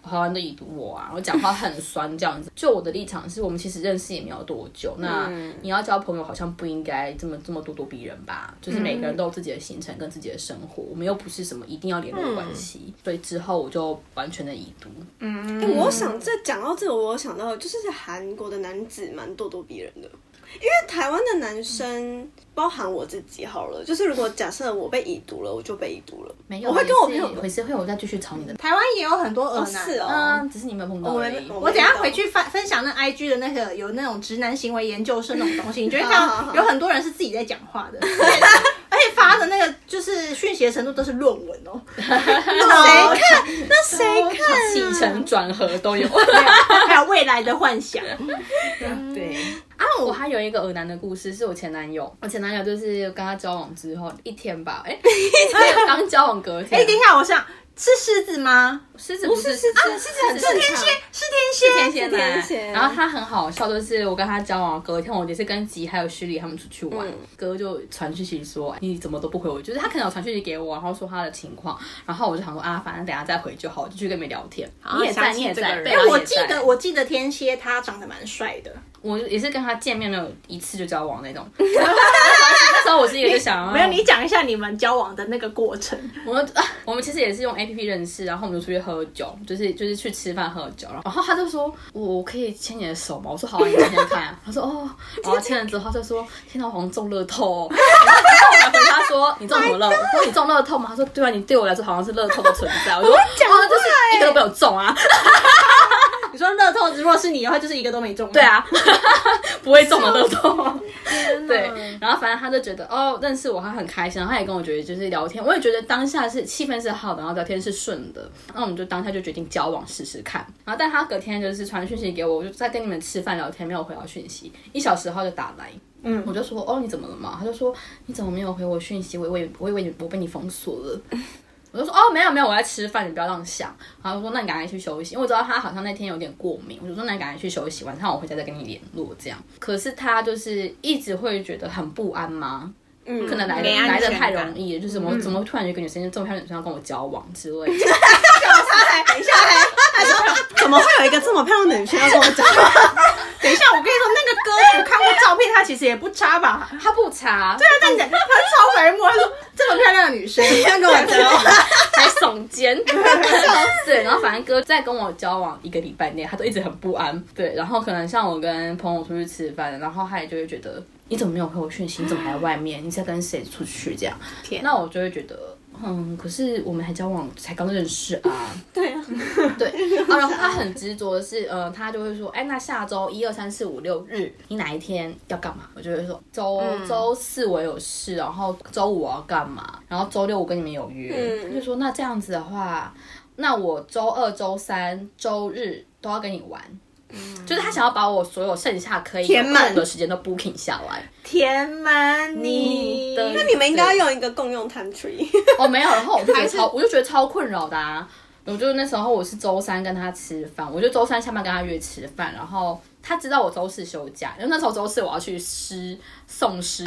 [SPEAKER 4] 台湾都已读我啊，我讲话很酸这样子。就我的立场是我们其实认识也没有多久，那你要交朋友好像不应该这么这么咄咄逼人吧？就是每个人都有自己的行程跟自己的生活，我们又不是什么一定要联络的关系，所以之后我就完全的已读。
[SPEAKER 3] 哎我想这讲到这个，我有想到就是韩国的男子蛮咄咄逼人的。因为台湾的男生，包含我自己好了，就是如果假设我被已读了，我就被已读了。
[SPEAKER 4] 没有，
[SPEAKER 3] 我会跟我朋
[SPEAKER 4] 回
[SPEAKER 3] 友
[SPEAKER 4] 是，回是会我再继续吵你的。
[SPEAKER 2] 台湾也有很多耳男，
[SPEAKER 3] 是哦，
[SPEAKER 4] 嗯，只是你没有碰到
[SPEAKER 3] 我
[SPEAKER 4] 而
[SPEAKER 3] 没
[SPEAKER 4] 已。
[SPEAKER 2] 我等一下回去分分享那 IG 的那个有那种直男行为研究生那种东西，你就会看
[SPEAKER 3] 好好
[SPEAKER 2] 到
[SPEAKER 3] 好
[SPEAKER 2] 有很多人是自己在讲话的， 而且而且发的那个就是讯息的程度都是论文哦，
[SPEAKER 3] 谁
[SPEAKER 2] 看？
[SPEAKER 3] 那谁看？啊
[SPEAKER 4] 起承转合 都有。
[SPEAKER 2] 还有未来的幻想，
[SPEAKER 4] 对啊，我还有一个耳男的故事，是我前男友。我前男友就是跟他交往之后一天吧， 哎、刚交往隔天。
[SPEAKER 2] 哎，等一下，我想是狮子吗？
[SPEAKER 4] 狮子不是啊
[SPEAKER 3] 狮子
[SPEAKER 4] 狮
[SPEAKER 3] 很
[SPEAKER 4] 子
[SPEAKER 3] 正
[SPEAKER 2] 天
[SPEAKER 3] 常
[SPEAKER 2] 蝎，是天
[SPEAKER 4] 天
[SPEAKER 2] 蝎。
[SPEAKER 4] 蝎
[SPEAKER 3] 天
[SPEAKER 4] 男
[SPEAKER 3] 蝎，
[SPEAKER 4] 然后他很好笑，就是我跟他交往隔天，我也是跟吉还有徐礼他们出去玩，哥就传讯息说你怎么都不回我，就是他可能有传讯息给我，然后说他的情况，然后我就想说啊，反正等一下再回就好，我就去跟你们聊天。你也在，
[SPEAKER 1] 想起
[SPEAKER 4] 你也
[SPEAKER 1] 这个
[SPEAKER 4] 在，
[SPEAKER 1] 人
[SPEAKER 4] 对
[SPEAKER 1] 哎
[SPEAKER 4] 他也
[SPEAKER 2] 我记
[SPEAKER 4] 在
[SPEAKER 2] 得我记得天蝎他长得蛮帅的，
[SPEAKER 4] 我也是跟他见面没有一次就交往那种。 那时候我是一个就想要
[SPEAKER 2] 没有，你讲一下你们交往的那个过程。
[SPEAKER 4] 我们啊我们其实也是用 A P P 认识，然后我们就出去喝酒，就是就是去吃饭喝酒，然后他就说我可以牵你的手吗？我说好啊，你牵牵看、啊。他说哦，然后牵了之后他就说天哪，我好像中乐透、哦。 然后我还回他说你中什么乐？我说你中乐透吗？他说对啊，你对我来说好像是乐透的存在。我说哦，就是一个都没有中啊。
[SPEAKER 2] 你说乐透，如果是你的话，就是一个都没中。
[SPEAKER 4] 对，啊， 不会中的乐透。 对，然后反正他就觉得哦，认识我他很开心，然后他也跟我觉得就是聊天，我也觉得当下是气氛是好的，然后聊天是顺的，那我们就当下就决定交往试试看。然后但他隔天就是传讯息给我，我就在跟你们吃饭聊天，没有回到讯息，一小时后就打来。嗯，我就说哦，你怎么了嘛？他就说你怎么没有回我讯息？我以为我以为你我被你封锁了。 我就说哦，没有没有，我在吃饭，你不要这样想。然后我说那你赶快去休息，因为我知道他好像那天有点过敏，我就说那你赶快去休息，晚上我回家再跟你联络这样。可是他就是一直会觉得很不安嘛，嗯，可能来的
[SPEAKER 1] 没安
[SPEAKER 4] 来的
[SPEAKER 1] 全
[SPEAKER 4] 太
[SPEAKER 1] 感嗯
[SPEAKER 4] 容易了，就是怎么、怎么突然有一个女生就这么漂亮的女生要跟我交往之类的。
[SPEAKER 3] 哎等一下，他说怎么会有一个这么漂亮的女生要跟我讲话？
[SPEAKER 2] 等一下，我跟你说，那个哥我看过照片，他其实也不差吧？
[SPEAKER 4] 他不查，
[SPEAKER 2] 对啊，但你讲他超白目，他说这么漂亮啊的女生，
[SPEAKER 3] 要跟我讲话？
[SPEAKER 4] 还耸肩， 笑死！然后反正哥在跟我交往一个礼拜内，他都一直很不安。对，然后可能像我跟朋友出去吃饭，然后他也就会觉得你怎么没有回我讯息？你怎么还在外面？你在跟谁出去？这样，那我就会觉得。嗯，可是我们还交往，才刚认识 啊。对啊，对。啊然后他很执着的是，呃，他就会说，哎，那下周一二三四五六日，你哪一天要干嘛？我就会说，周
[SPEAKER 3] 嗯
[SPEAKER 4] 周四我有事，然后周五我要干嘛，然后周六我跟你们有约。
[SPEAKER 3] 嗯
[SPEAKER 4] 他就说，那这样子的话，那我周二、周三、周日都要跟你玩。就是他想要把我所有剩下可以有
[SPEAKER 3] 嗯填满
[SPEAKER 4] 空的时间都 booking 下来。
[SPEAKER 2] 填满你
[SPEAKER 4] 的
[SPEAKER 3] 那你们应该要用一个共用 time tree，
[SPEAKER 4] 哦，没有，然后我就觉得超，我就觉得超困扰的啊。我就那时候我是周三跟他吃饭，我就周三下班跟他约吃饭，然后他知道我周四休假，因为那时候周四我要去诗诵诗，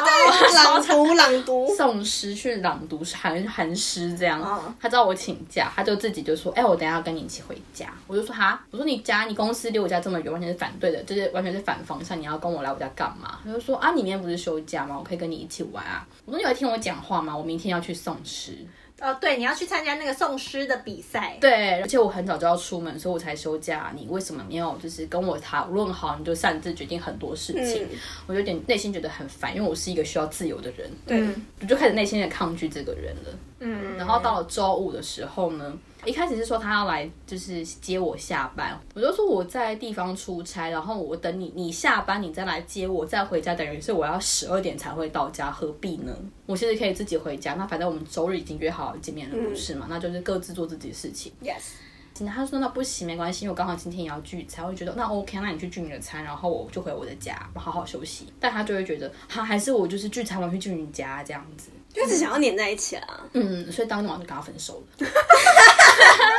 [SPEAKER 3] 朗读 朗读。
[SPEAKER 4] 诵诗去朗读韩韩诗这样
[SPEAKER 3] 哦。
[SPEAKER 4] 他知道我请假，他就自己就说：“哎、我等一下要跟你一起回家。”我就说：“哈，我说你家你公司离我家这么远，完全是反对的，就是完全是反方向。你要跟我来我家干嘛？”他就说：“啊，你明天不是休假吗？我可以跟你一起玩啊。”我说：“你有听我讲话吗？我明天要去诵诗。”
[SPEAKER 2] 哦，对，你要去参加那个诵诗的比赛，对，
[SPEAKER 4] 对，而且我很早就要出门，所以我才休假。你为什么没有就是跟我讨论好，你就擅自决定很多事情？
[SPEAKER 3] 嗯
[SPEAKER 4] 我有点内心觉得很烦，因为我是一个需要自由的人，
[SPEAKER 3] 对，
[SPEAKER 4] 我就开始内心的抗拒这个人了。嗯，然后到了周五的时候呢，一开始是说他要来就是接我下班，我就说我在地方出差，然后我等你，你下班你再来接我，再回家，等于是我要十二点才会到家，何必呢？我其实可以自己回家，那反正我们周日已经约好见面了，不是
[SPEAKER 3] 嗯
[SPEAKER 4] 嘛？那就是各自做自己的事情。
[SPEAKER 3] Yes，
[SPEAKER 4] 他说那不行，没关系，因为我刚好今天也要聚餐，我就觉得那 OK，那你去聚你的餐，然后我就回我的家，我好好休息。但他就会觉得，哈，还是我就是聚餐完去聚你家这样子。
[SPEAKER 3] 就一直想要黏在一起啊。
[SPEAKER 4] 嗯，所以当天晚上就跟他分手了。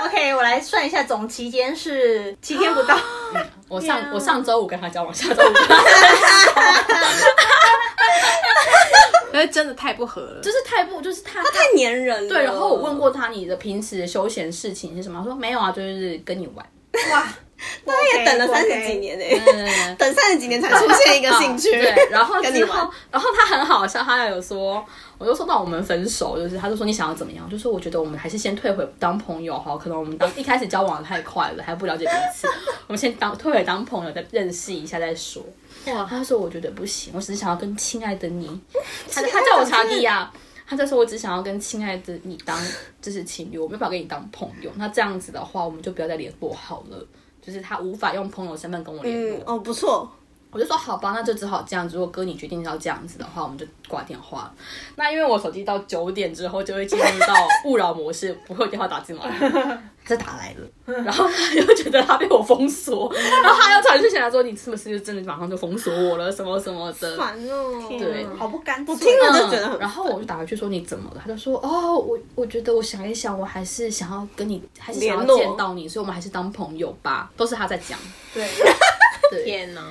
[SPEAKER 2] OK，我来算一下，总期间是七天不到。
[SPEAKER 4] 啊我上、我上周五跟他交往，下周五跟他
[SPEAKER 1] 可是真的太不合了，
[SPEAKER 4] 就是太不就是他他
[SPEAKER 3] 太黏人了。
[SPEAKER 4] 对。然后我问过他你的平时的休闲事情是什么，他说没有啊，就是跟你玩。
[SPEAKER 3] 他也等了
[SPEAKER 2] OK，
[SPEAKER 3] 三
[SPEAKER 2] OK
[SPEAKER 3] 十几年呢、
[SPEAKER 4] 嗯
[SPEAKER 3] 等三十几年才出现 一个兴趣。
[SPEAKER 4] 对，然后
[SPEAKER 3] 跟你
[SPEAKER 4] 之
[SPEAKER 3] 玩
[SPEAKER 4] 后，然后他很好笑，他有说，我就说那我们分手，就是他就说你想要怎么样，我就说我觉得我们还是先退回当朋友哈，可能我们当一开始交往得太快了，还不了解彼此， 我们先当退回当朋友，再认识一下再说。哇，他说我觉得不行，我只是想要跟亲爱的 你，他他叫我查理亚。他就说：“我只想要跟亲爱的你当就是情侣，我没办法跟你当朋友。那这样子的话，我们就不要再联络好了。就是他无法用朋友身份跟我联络。
[SPEAKER 3] 嗯，哦，不错。
[SPEAKER 4] 我就说好吧，那就只好这样子。如果哥你决定要这样子的话，我们就挂电话。那因为我手机到九点之后就会进入到勿扰模式，不会有电话打进 来，他就打来了。然后他又觉得他被我封锁，然后他又传讯息来说你是不是真的马上就封锁我了，什么什么的。
[SPEAKER 3] 烦哦。
[SPEAKER 4] 对
[SPEAKER 2] 好不嗯甘心。我
[SPEAKER 3] 听了就觉得很
[SPEAKER 4] 然后我就打回去说你怎么了？他就说哦，我我觉得我想一想，我还是想要跟你，还是想要
[SPEAKER 3] 联络
[SPEAKER 4] 见到你，所以我们还是当朋友吧。都是他在讲，
[SPEAKER 2] 对，
[SPEAKER 4] 对。
[SPEAKER 1] 天哪！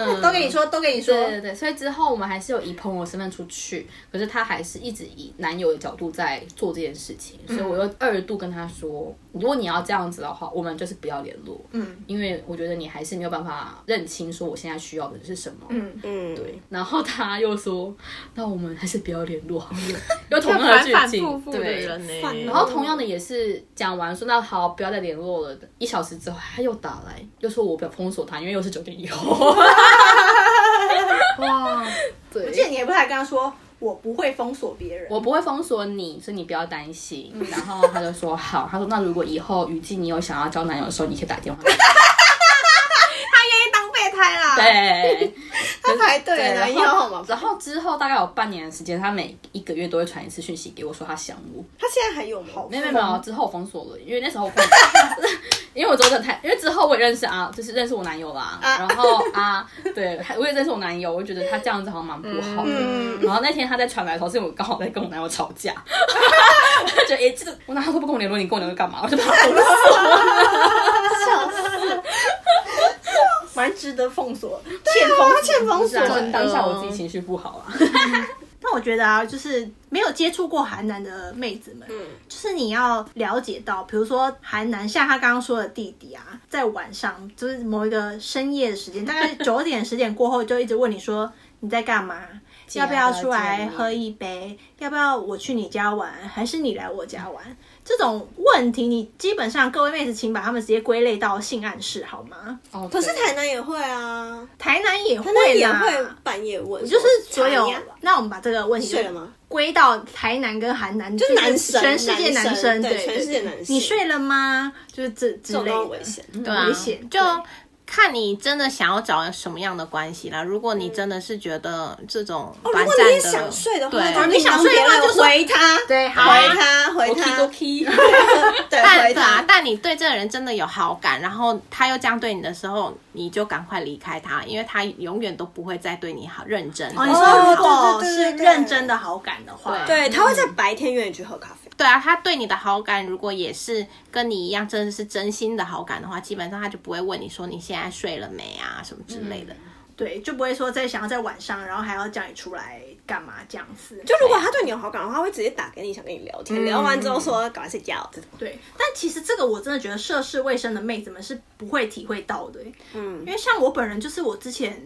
[SPEAKER 2] 嗯都跟你说，都跟你说，
[SPEAKER 4] 对对对，所以之后我们还是有以朋友身份出去，可是他还是一直以男友的角度在做这件事情，所以
[SPEAKER 1] 嗯
[SPEAKER 4] 我又二度跟他说，如果你要这样子的话，我们就是不要联络，嗯，因为我觉得你还是没有办法认清说我现在需要的是什么，嗯，
[SPEAKER 3] 嗯，对。
[SPEAKER 4] 然后他又说，那我们还是不要联络好 了，又同样的
[SPEAKER 1] 反
[SPEAKER 4] 剧
[SPEAKER 1] 反复
[SPEAKER 4] 情，
[SPEAKER 1] 复的
[SPEAKER 4] 对。
[SPEAKER 1] 人呢、
[SPEAKER 3] 反
[SPEAKER 4] 然后同样的也是讲完说那好不要再联络了，一小时之后他又打来，又说我不要封锁他，因为又是九点以后。
[SPEAKER 2] 哇，
[SPEAKER 4] 对，
[SPEAKER 2] 而且你也不太跟他说，我不会封锁别人，
[SPEAKER 4] 我不会封锁你，所以你不要担心。然后他就说好，他说那如果以后雨季你有想要交男友的时候，你可以打电话。
[SPEAKER 2] 愿意当备胎啦。
[SPEAKER 4] 对，
[SPEAKER 3] 他排队啊
[SPEAKER 4] 对，
[SPEAKER 3] 了，
[SPEAKER 4] 然
[SPEAKER 3] 你要好
[SPEAKER 4] 后
[SPEAKER 3] 吗？
[SPEAKER 4] 然后之后大概有半年的时间，他每一个月都会传一次讯息给我，说他想我。
[SPEAKER 3] 他现在还有吗？
[SPEAKER 4] 没有没有没有，之后我封锁了，因为那时候我封 因为我真的太，因为之后我也认识啊，就是认识我男友啦，然后啊， 对，还我也认识我男友，我就觉得他这样子好像蛮不好的。
[SPEAKER 3] 嗯
[SPEAKER 4] 然后那天他在传来的时候，是因为我刚好在跟我男友吵 架，我就觉得哎、这个我男友都不跟我联络，你跟我联络干嘛？我就把他封锁。
[SPEAKER 2] 蛮值得封锁，欠封锁
[SPEAKER 3] 他欠封
[SPEAKER 4] 是
[SPEAKER 3] 锁
[SPEAKER 4] 啊，
[SPEAKER 1] 真的
[SPEAKER 4] 当下我自己情绪不好啊。
[SPEAKER 2] 那我觉得啊，就是没有接触过韩男的妹子们，
[SPEAKER 4] 嗯
[SPEAKER 2] 就是你要了解到，比如说韩男，像他刚刚说的弟弟啊，在晚上就是某一个深夜的时间，大概九点十点过后，就一直问你说你在干嘛。要不要出来喝一杯？要不要我去你家玩？还是你来我家玩？这种问题，你基本上各位妹子，请把他们直接归类到性暗示好吗？
[SPEAKER 4] 哦，
[SPEAKER 3] 可是
[SPEAKER 4] 对
[SPEAKER 3] 台南也会啊，
[SPEAKER 2] 台南也会
[SPEAKER 3] 台南也
[SPEAKER 2] 啦，
[SPEAKER 3] 会半夜问，
[SPEAKER 2] 就是所
[SPEAKER 3] 查
[SPEAKER 2] 有
[SPEAKER 3] 你啊。
[SPEAKER 2] 那我们把这个问题就
[SPEAKER 3] 睡了吗？
[SPEAKER 2] 归到台南跟韩南，就是
[SPEAKER 3] 男神
[SPEAKER 2] 全世界
[SPEAKER 3] 男神
[SPEAKER 2] 生，
[SPEAKER 3] 对
[SPEAKER 2] 对，对
[SPEAKER 3] 全世界
[SPEAKER 2] 对
[SPEAKER 3] 男神
[SPEAKER 2] 你睡了吗？就是这之
[SPEAKER 3] 这种
[SPEAKER 2] 类
[SPEAKER 3] 都很
[SPEAKER 2] 的，
[SPEAKER 3] 危险，
[SPEAKER 1] 对啊
[SPEAKER 2] 危险
[SPEAKER 1] 就
[SPEAKER 2] 对
[SPEAKER 1] 看你真的想要找什么样的关系啦。如果你真的是觉得这种
[SPEAKER 2] 哦
[SPEAKER 3] 如
[SPEAKER 1] 短
[SPEAKER 3] 果
[SPEAKER 1] 暂的，
[SPEAKER 3] 你也想睡的话，
[SPEAKER 1] 对，啊
[SPEAKER 3] 你
[SPEAKER 2] 想睡的话就说
[SPEAKER 3] 回他，
[SPEAKER 2] 对好啊
[SPEAKER 3] 回他，回
[SPEAKER 4] 我 k 都
[SPEAKER 3] 他，
[SPEAKER 4] k
[SPEAKER 3] 对，
[SPEAKER 1] 但
[SPEAKER 3] 回
[SPEAKER 1] 对啊
[SPEAKER 3] 他，，
[SPEAKER 1] 但你对这个人真的有好感，然后他又这样对你的时候，你就赶快离开他，因为他永远都不会再对你好认真。
[SPEAKER 2] 哦，你
[SPEAKER 3] 哦
[SPEAKER 2] 说如果
[SPEAKER 3] 对对
[SPEAKER 2] 是
[SPEAKER 3] 对对
[SPEAKER 2] 认真的好感的话，
[SPEAKER 1] 对
[SPEAKER 3] 对，他会在白天约你去喝咖啡。
[SPEAKER 1] 对啊，他对你的好感如果也是跟你一样，真的是真心的好感的话，基本上他就不会问你说你现在睡了没啊什么之类的。
[SPEAKER 2] 对，就不会说在想要在晚上，然后还要叫你出来干嘛这样子。
[SPEAKER 3] 就如果他对你有好感的话，他会直接打给你，想跟你聊天，聊完之后说赶快睡觉这种。
[SPEAKER 2] 对，但其实这个我真的觉得涉世未深的妹子们是不会体会到的、
[SPEAKER 3] 嗯
[SPEAKER 2] 因为像我本人就是我之前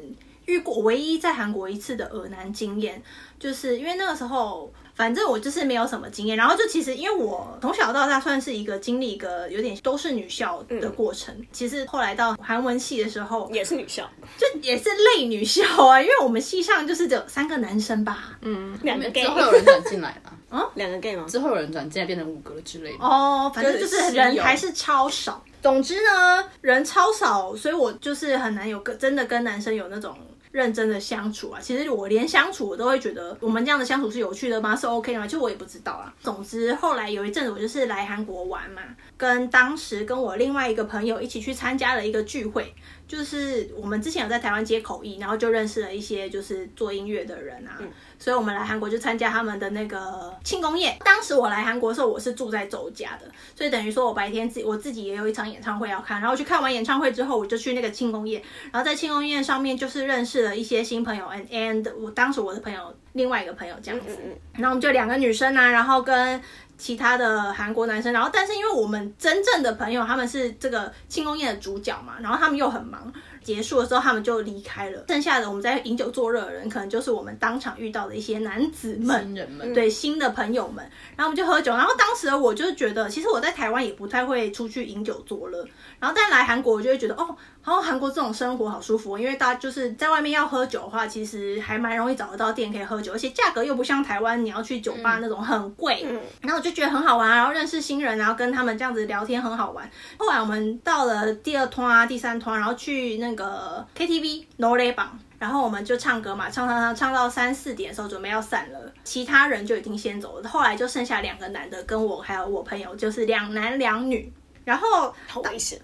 [SPEAKER 2] 遇过唯一在韩国一次的耳男经验，就是因为那个时候。反正我就是没有什么经验，然后就其实因为我从小到大算是一个经历一个有点都是女校的过程，其实后来到韩文系的时候，
[SPEAKER 3] 也是女校，
[SPEAKER 2] 就也是类女校啊，因为我们系上就是只有三个男生吧，嗯，
[SPEAKER 3] 两个 gay，
[SPEAKER 4] 之后有人转进来了，
[SPEAKER 3] 两个 gay 吗？嗯
[SPEAKER 4] 之后有人转进来变成五个之类的。
[SPEAKER 2] 哦，反正就
[SPEAKER 3] 就是是稀
[SPEAKER 2] 人
[SPEAKER 3] 有
[SPEAKER 2] 还是超少。总之呢，人超少，所以我就是很难有跟真的跟男生有那种认真的相处啊。其实我连相处我都会觉得，我们这样的相处是有趣的吗？是 OK 的吗？就我也不知道啦。总之后来有一阵子，我就是来韩国玩嘛，跟当时跟我另外一个朋友一起去参加了一个聚会，就是我们之前有在台湾接口译，然后就认识了一些就是做音乐的人啊，所以我们来韩国就参加他们的那个庆功宴。当时我来韩国的时候，我是住在周家的，所以等于说我白天自己我自己也有一场演唱会要看，然后去看完演唱会之后，我就去那个庆功宴，然后在庆功宴上面就是认识了一些新朋友，and and 我当时我的朋友另外一个朋友这
[SPEAKER 3] 嗯
[SPEAKER 2] 样子，然后我们就两个女生啊，然后跟其他的韩国男生，然后但是因为我们真正的朋友他们是这个庆功宴的主角嘛，然后他们又很忙，结束的时候他们就离开了，剩下的我们在饮酒作乐的人，可能就是我们当场遇到的一些男子们
[SPEAKER 4] 新，人们，
[SPEAKER 2] 对新的朋友们，然后我们就喝酒。然后当时我就觉得，其实我在台湾也不太会出去饮酒作乐，然后但来韩国我就会觉得，哦，然后韩国这种生活好舒服哦，因为大家就是在外面要喝酒的话，其实还蛮容易找得到店可以喝酒，而且价格又不像台湾你要去酒吧那种很贵。然后我就觉得很好玩啊，然后认识新人，然后跟他们这样子聊天很好玩。后来我们到了第二团啊、第三团，然后去那个 KTV No l a 榜，然后我们就唱歌嘛，唱唱唱唱到三四点的时候准备要散了，其他人就已经先走了，后来就剩下两个男的跟我还有我朋友，就是两男两女。然后
[SPEAKER 3] 好危 险！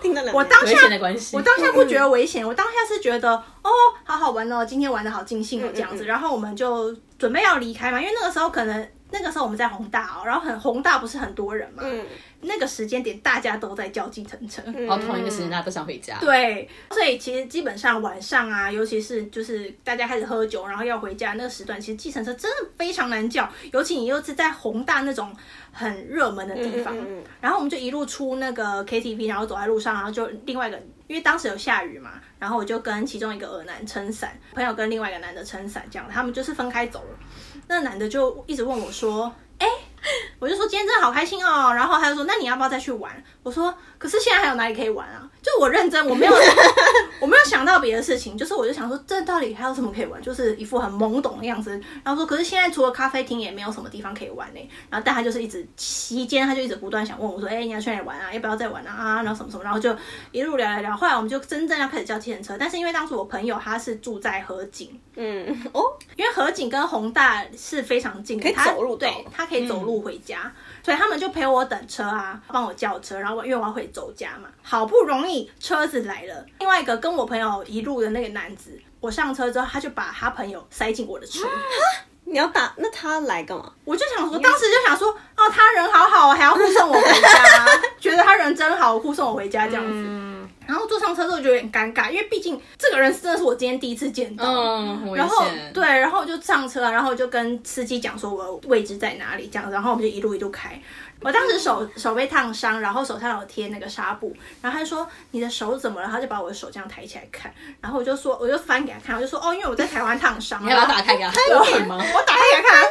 [SPEAKER 3] 听到两个人，
[SPEAKER 2] 我当
[SPEAKER 4] 危
[SPEAKER 2] 下
[SPEAKER 4] 险的关系。
[SPEAKER 2] 我当下不
[SPEAKER 3] 嗯
[SPEAKER 2] 觉得危险，我当下是觉得哦，
[SPEAKER 3] 嗯
[SPEAKER 2] 好好玩哦，今天玩的好尽兴哦，这样子。然后我们就准备要离开嘛，因为那个时候可能那个时候我们在宏大哦，然后很宏大不是很多人嘛，
[SPEAKER 3] 嗯，
[SPEAKER 2] 那个时间点大家都在叫计程车，
[SPEAKER 3] 嗯
[SPEAKER 4] 然后同一个时间大家都想回家。，
[SPEAKER 2] 对，所以其实基本上晚上啊，尤其是就是大家开始喝酒，然后要回家那个时段，其实计程车真的非常难叫，尤其你又是在宏大那种很热门的地方。
[SPEAKER 3] 嗯嗯嗯嗯
[SPEAKER 2] 然后我们就一路出那个 KTV，然后走在路上，然后就另外一个，因为当时有下雨嘛，然后我就跟其中一个俄男撑伞，朋友跟另外一个男的撑伞，这样他们就是分开走了。那男的就一直问我说：“哎、我就说今天真的好开心哦。”然后他就说：“那你要不要再去玩？”我说：“可是现在还有哪里可以玩啊？”就我认真，我没有，我没有想到别的事情，就是我就想说，这到底还有什么可以玩？就是一副很懵懂的样子。然后说，可是现在除了咖啡厅，也没有什么地方可以玩呢、然后但他就是一直期间，他就一直不断想问我说：“哎、你要去哪里玩啊？要不要再玩啊？啊，然后什么什么，然后就一路聊聊聊。后来我们就真正要开始叫计程车，但是因为当时我朋友他是住在河景，
[SPEAKER 3] 嗯哦，
[SPEAKER 2] 因为河景跟宏大是非常近的，
[SPEAKER 3] 可以
[SPEAKER 2] 他
[SPEAKER 3] 走路到嗯
[SPEAKER 2] 对，他可以走路回家，所以他们就陪我等车啊，帮我叫车，然后我因为我要回周家嘛，好不容易车子来了，另外一个跟我朋友一路的那个男子，我上车之后，他就把他朋友塞进我的车，
[SPEAKER 3] 嗯你要打那他来干嘛？
[SPEAKER 2] 我就想说，当时就想说，哦，他人好好，还要护送我回 家，觉得他人真好，护送我回家这样子。
[SPEAKER 3] 嗯
[SPEAKER 2] 然后坐上车之后就有点尴尬，因为毕竟这个人真的是我今天第一次见到，
[SPEAKER 4] 嗯，很危
[SPEAKER 2] 然后
[SPEAKER 4] 险。
[SPEAKER 2] 对，然后就上车啊，然后就跟司机讲说我的位置在哪里这样，然后我们就一路一路开。我当时手手被烫伤，然后手上有贴那个纱布，然后他就说你的手怎么了？他就把我的手这样抬起来看，然后我就说我就翻给他看，我就说哦，因为我在台湾烫伤，
[SPEAKER 4] 你要不要打开给他？有很吗？
[SPEAKER 2] 我打开给他看，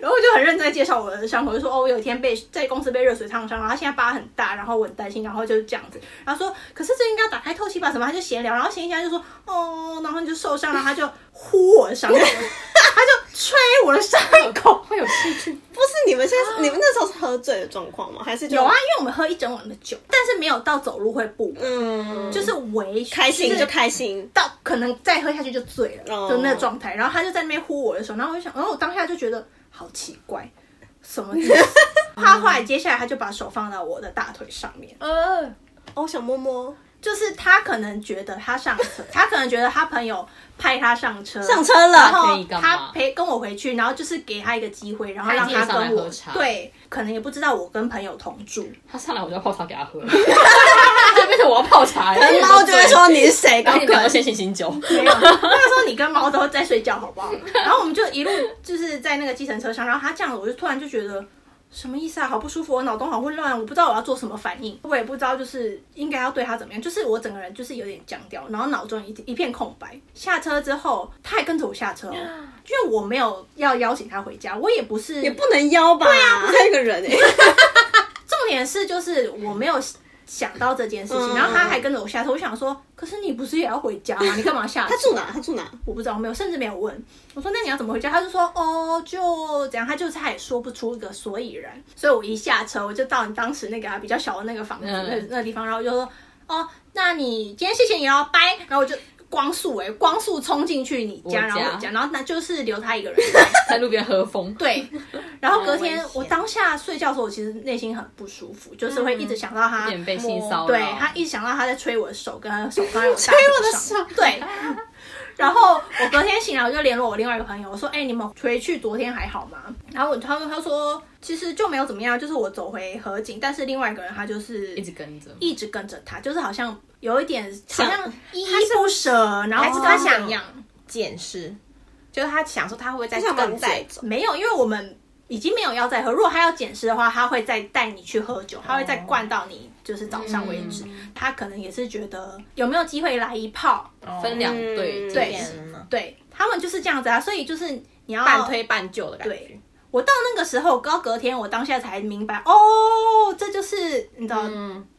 [SPEAKER 2] 然后我就很认真地介绍我的伤口，就说哦，我有一天被在公司被热水烫伤，然后他现在疤很大，然后我很担心，然后就是这样子。然后说，可是这应该要打开透气吧？什么？他就闲聊，然后闲一闲就说哦，然后你就受伤了，他就呼我的 伤口，他就吹我的伤口。
[SPEAKER 4] 会有细菌。
[SPEAKER 3] 不是你们现在你们那时候是喝醉的状况吗？还是就
[SPEAKER 2] 有啊，因？为我们喝一整晚的酒，但是没有到走路会不稳，
[SPEAKER 3] 嗯，
[SPEAKER 2] 就是微
[SPEAKER 3] 开心
[SPEAKER 2] 是
[SPEAKER 3] 就开心。
[SPEAKER 2] 到可能再喝下去就醉了，
[SPEAKER 3] 哦
[SPEAKER 2] 就那个状态。然后他就在那边呼我的手，然后我就想，然后我当下就觉得好奇怪，什么意思？ 他后来接下来他就把手放到我的大腿上面，
[SPEAKER 4] 呃，
[SPEAKER 3] 哦，我想摸摸，
[SPEAKER 2] 就是他可能觉得他上车， 他可能觉得他朋友派他上车，
[SPEAKER 3] 上车
[SPEAKER 2] 然
[SPEAKER 3] 了。
[SPEAKER 4] 可
[SPEAKER 2] 后
[SPEAKER 4] 以干嘛
[SPEAKER 2] 他陪跟我回去，然后就是给他一个机会，然后让
[SPEAKER 4] 他一
[SPEAKER 2] 他
[SPEAKER 4] 起上来
[SPEAKER 2] 跟我
[SPEAKER 4] 喝茶
[SPEAKER 2] 对，可能也不知道我跟朋友同住，
[SPEAKER 4] 他上来我就要泡茶给他喝，就变成我要泡茶。
[SPEAKER 3] 跟猫就会说你是谁，
[SPEAKER 4] 然
[SPEAKER 3] 高
[SPEAKER 4] 后你
[SPEAKER 3] 哥
[SPEAKER 4] 赶快先醒醒酒。
[SPEAKER 2] 没有，那个时候你跟猫都在睡觉，好不好？然后我们就一路就是在那个计程车上，然后他这样，我就突然就觉得什么意思啊？好不舒服，我脑洞好混乱，我不知道我要做什么反应，我也不知道就是应该要对他怎么样，就是我整个人就是有点僵掉，然后脑中一一片空白。下车之后，他还跟着我下车、哦，因为我没有要邀请他回家，我也不是
[SPEAKER 3] 也不能邀吧？对啊，还有一个人哎，
[SPEAKER 2] 重点是就是我没有想到这件事情，
[SPEAKER 3] 嗯
[SPEAKER 2] 然后他还跟着我下车，我想说，可是你不是也要回家吗？你干嘛下车？
[SPEAKER 3] 他住哪？他住哪？
[SPEAKER 2] 我不知道，我没有，甚至没有问。我说那你要怎么回家？他就说哦，就怎样，他就是他也说不出个所以然。所以我一下车，我就到你当时那个、啊、比较小的那个房子、
[SPEAKER 4] 嗯
[SPEAKER 2] 那那个地方，然后我就说哦，那你今天谢谢你哦，拜。然后我就光速哎、光速冲进去你家，
[SPEAKER 4] 我家
[SPEAKER 2] 然后回家，然后那就是留他一个人在。
[SPEAKER 4] 在路边喝风。
[SPEAKER 2] 对， 然后隔
[SPEAKER 3] 好
[SPEAKER 2] 天
[SPEAKER 3] 危险
[SPEAKER 2] 我当下睡觉的时候，我其实内心很不舒服，就是会一直想到他
[SPEAKER 4] 有点被性骚扰
[SPEAKER 2] 对他一直想到他在吹我的手，跟他手放在我
[SPEAKER 3] 吹我的手
[SPEAKER 2] 大腿上对。然后我隔天醒来，我就联络我另外一个朋友，我说：“哎、你们回去昨天还好吗？”然后我他说：“他说其实就没有怎么样，就是我走回河景，但是另外一个人他就是
[SPEAKER 4] 一直跟着，
[SPEAKER 2] 一直跟着他，就是好像有一点好
[SPEAKER 3] 想
[SPEAKER 2] 像依依不舍，然
[SPEAKER 1] 还
[SPEAKER 2] 后
[SPEAKER 1] 是
[SPEAKER 2] 他
[SPEAKER 1] 他
[SPEAKER 2] 想
[SPEAKER 1] 想
[SPEAKER 2] 养。”
[SPEAKER 1] 检视，就是他想说他会不会再
[SPEAKER 3] 他想把你
[SPEAKER 1] 更
[SPEAKER 3] 带
[SPEAKER 1] 醉，
[SPEAKER 3] 走。
[SPEAKER 2] 没有，因为我们已经没有要再喝。如果他要捡尸的话，他会再带你去喝酒，他会再灌到你就是早上为止。他可能也是觉得有没有机会来一炮，
[SPEAKER 1] 哦
[SPEAKER 4] 分两队
[SPEAKER 3] 嗯
[SPEAKER 4] 这
[SPEAKER 2] 对
[SPEAKER 4] 边。
[SPEAKER 1] 天哪
[SPEAKER 2] 对他们就是这样子啊。所以就是你要
[SPEAKER 1] 半推半就的感觉
[SPEAKER 2] 对。我到那个时候，到隔天，我当下才明白，哦，这就是你知道、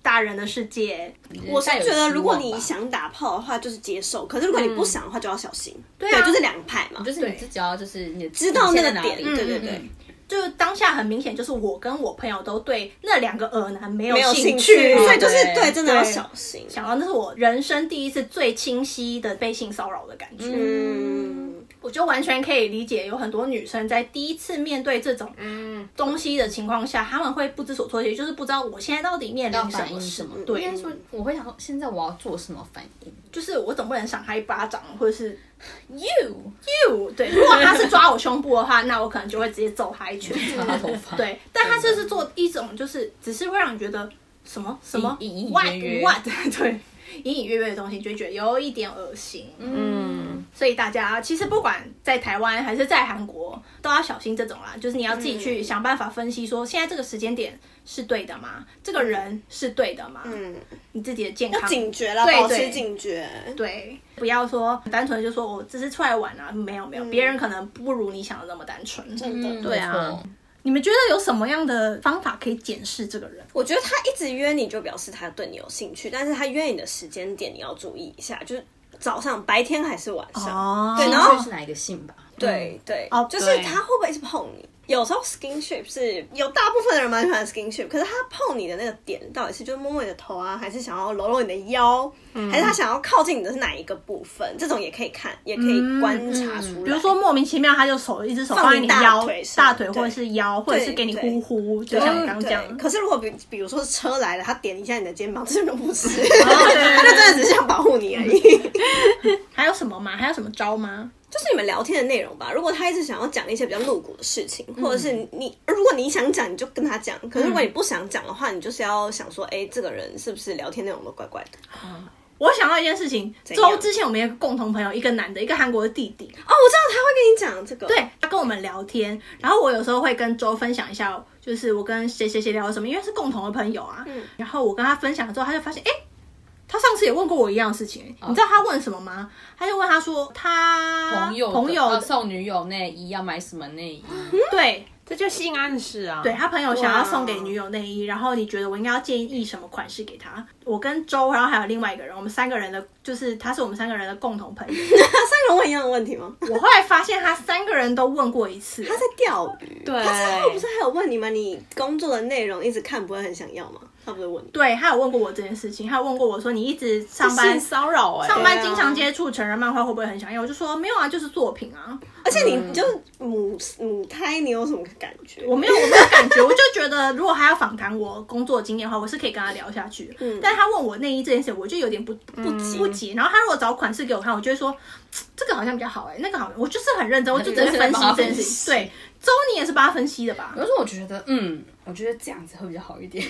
[SPEAKER 2] 大人的世界。
[SPEAKER 3] 我是
[SPEAKER 4] 再有
[SPEAKER 3] 觉得，
[SPEAKER 4] 希
[SPEAKER 3] 如果
[SPEAKER 4] 望
[SPEAKER 3] 你
[SPEAKER 4] 吧
[SPEAKER 3] 想打炮的话，就是接受；可是如果你不想的话，就要小心。嗯对
[SPEAKER 2] 啊
[SPEAKER 3] 就是两派嘛。
[SPEAKER 4] 就是你自己要，就是你知
[SPEAKER 3] 知道那个
[SPEAKER 4] 哪
[SPEAKER 3] 点，
[SPEAKER 4] 里，
[SPEAKER 3] 对对
[SPEAKER 4] 嗯
[SPEAKER 3] 对，。
[SPEAKER 2] 就当下很明显，就是我跟我朋友都对那两个耳男没有
[SPEAKER 3] 没有
[SPEAKER 2] 兴
[SPEAKER 3] 兴趣，所以
[SPEAKER 4] 对
[SPEAKER 3] 就是对，真的要
[SPEAKER 2] 对
[SPEAKER 3] 小心。
[SPEAKER 2] 想到那是我人生第一次最清晰的被性骚扰的感觉。
[SPEAKER 3] 嗯，
[SPEAKER 2] 我就完全可以理解，有很多女生在第一次面对这种
[SPEAKER 1] 嗯，
[SPEAKER 2] 东西的情况下，她们会不知所措，也就是不知道我现在到底面
[SPEAKER 4] 要
[SPEAKER 2] 临
[SPEAKER 4] 反
[SPEAKER 2] 么
[SPEAKER 4] 应
[SPEAKER 2] 事
[SPEAKER 4] 什么？
[SPEAKER 2] 对，
[SPEAKER 4] 应该说我会想说，现在我要做什么反应
[SPEAKER 2] 就是我总不能赏他一巴掌，或者是
[SPEAKER 4] ？You
[SPEAKER 2] 哟，对，如果他是抓我胸部的话，那我可能就会直接揍他 一拳。
[SPEAKER 4] 抓他头发，，
[SPEAKER 2] 对，啊但他就是做一种，就是只是会让你觉得什么什么
[SPEAKER 4] 隐隐
[SPEAKER 2] what
[SPEAKER 4] 约约
[SPEAKER 2] what 对，隐隐约约的东西，就会觉得有一点恶心。
[SPEAKER 4] 嗯，
[SPEAKER 2] 所以大家其实不管在台湾还是在韩国，都要小心这种啦。就是你要自己
[SPEAKER 3] 嗯
[SPEAKER 2] 去想办法分析，说现在这个时间点是对的吗？这个人是对的吗？
[SPEAKER 3] 嗯，
[SPEAKER 2] 你自己的健
[SPEAKER 3] 要
[SPEAKER 2] 康
[SPEAKER 3] 警觉啦，
[SPEAKER 2] 啊对
[SPEAKER 3] 保
[SPEAKER 2] 对
[SPEAKER 3] 持警觉。
[SPEAKER 2] 对，不要说单纯就说我只是出来玩啊，没有没有，别人可能不如你想的那么单纯。
[SPEAKER 3] 嗯
[SPEAKER 2] 嗯
[SPEAKER 3] 真的，
[SPEAKER 1] 对啊
[SPEAKER 4] 没错
[SPEAKER 2] 你们觉得有什么样的方法可以检视这个人？
[SPEAKER 3] 我觉得他一直约你就表示他对你有兴趣，但是他约你的时间点你要注意一下，就是早上、白天还是晚上。哦对然后
[SPEAKER 4] 兴趣是哪一个性吧？
[SPEAKER 3] 对对，
[SPEAKER 2] 哦
[SPEAKER 3] 就是
[SPEAKER 2] 对
[SPEAKER 3] 他会不会是碰你？有时候 skinship 是有大部分的人蛮喜欢 skinship，可是他碰你的那个点到底是就是摸摸你的头啊，还是想要揉揉你的腰，
[SPEAKER 2] 嗯
[SPEAKER 3] 还是他想要靠近你的是哪一个部分？这种也可以看，也可以观察出来。
[SPEAKER 2] 嗯比如说莫名其妙他就手一只手放
[SPEAKER 3] 放
[SPEAKER 2] 在
[SPEAKER 3] 你
[SPEAKER 2] 你
[SPEAKER 3] 大
[SPEAKER 2] 腰
[SPEAKER 3] 腿上
[SPEAKER 2] 大腿或者
[SPEAKER 3] 对
[SPEAKER 2] 是腰，或者是
[SPEAKER 3] 对
[SPEAKER 2] 给你
[SPEAKER 3] 对
[SPEAKER 2] 呼呼，就
[SPEAKER 3] 对。
[SPEAKER 2] 像你刚刚
[SPEAKER 3] 对
[SPEAKER 2] 讲的。
[SPEAKER 3] 可是如果比比如说是车来了，他点一下你的肩膀，这种 不是，
[SPEAKER 2] 对
[SPEAKER 3] 他就真的只是想保护你而已。
[SPEAKER 2] 还有什么吗？还有什么招吗？
[SPEAKER 3] 就是你们聊天的内容吧。如果他一直想要讲一些比较露骨的事情，
[SPEAKER 2] 嗯
[SPEAKER 3] 或者是你如果你想讲，你就跟他讲；可是如果你不想讲的话，你就是要想
[SPEAKER 2] 嗯
[SPEAKER 3] 说，哎、这个人是不是聊天内容都怪怪的？
[SPEAKER 2] 我想到一件事情，之
[SPEAKER 3] 样
[SPEAKER 2] 后之前我们有一个共同朋友，一个男的，一个韩国的弟弟，
[SPEAKER 3] 哦，我知道他会跟你讲这个，
[SPEAKER 2] 对，他跟我们聊天，然后我有时候会跟周分享一下，就是我跟谁谁谁聊什么，因为是共同的朋友啊。
[SPEAKER 4] 嗯
[SPEAKER 2] 然后我跟他分享了之后，他就发现，哎、他上次也问过我一样的事情、诶
[SPEAKER 4] 哦
[SPEAKER 2] 你知道他问什么吗？他就问他说，他
[SPEAKER 4] 朋友的
[SPEAKER 2] 朋友、
[SPEAKER 4] 啊送女友内衣要买什么内衣？
[SPEAKER 2] 对
[SPEAKER 1] 这就性暗示啊。
[SPEAKER 2] 对，他朋友想要
[SPEAKER 3] 哇
[SPEAKER 2] 送给女友内衣，然后你觉得我应该要建议什么款式给他？我跟周，然后还有另外一个人，我们三个人的，就是他是我们三个人的共同朋友。
[SPEAKER 3] 他三个人问一样的问题吗？
[SPEAKER 2] 我后来发现他三个人都问过一次，
[SPEAKER 3] 他在钓鱼，
[SPEAKER 1] 对
[SPEAKER 3] 他之后不是还有问你吗？你工作的内容一直看，不会很想要吗？他不是问你，
[SPEAKER 2] 对他有问过我这件事情，他有问过我说你一直上班
[SPEAKER 1] 性骚扰哎、
[SPEAKER 2] 上班
[SPEAKER 3] 对啊
[SPEAKER 2] 经常接触成人漫画会不会很想要？我就说没有啊，就是作品啊，
[SPEAKER 3] 而且你就是母母胎，你有什么感觉？
[SPEAKER 2] 我没有我没有感觉，我就觉得如果他要访谈我工作经验的话，我是可以跟他聊下去。嗯，但他问我内衣这件事，我就有点不不不解。然后他如果找款式给我看，我就会说嘖这个好像比较好哎、那个好，我就是很认真，我就只是分析这 件事情。对，周你也是帮他分析的吧？
[SPEAKER 4] 可是我觉得，嗯，我觉得这样子会比较好一点。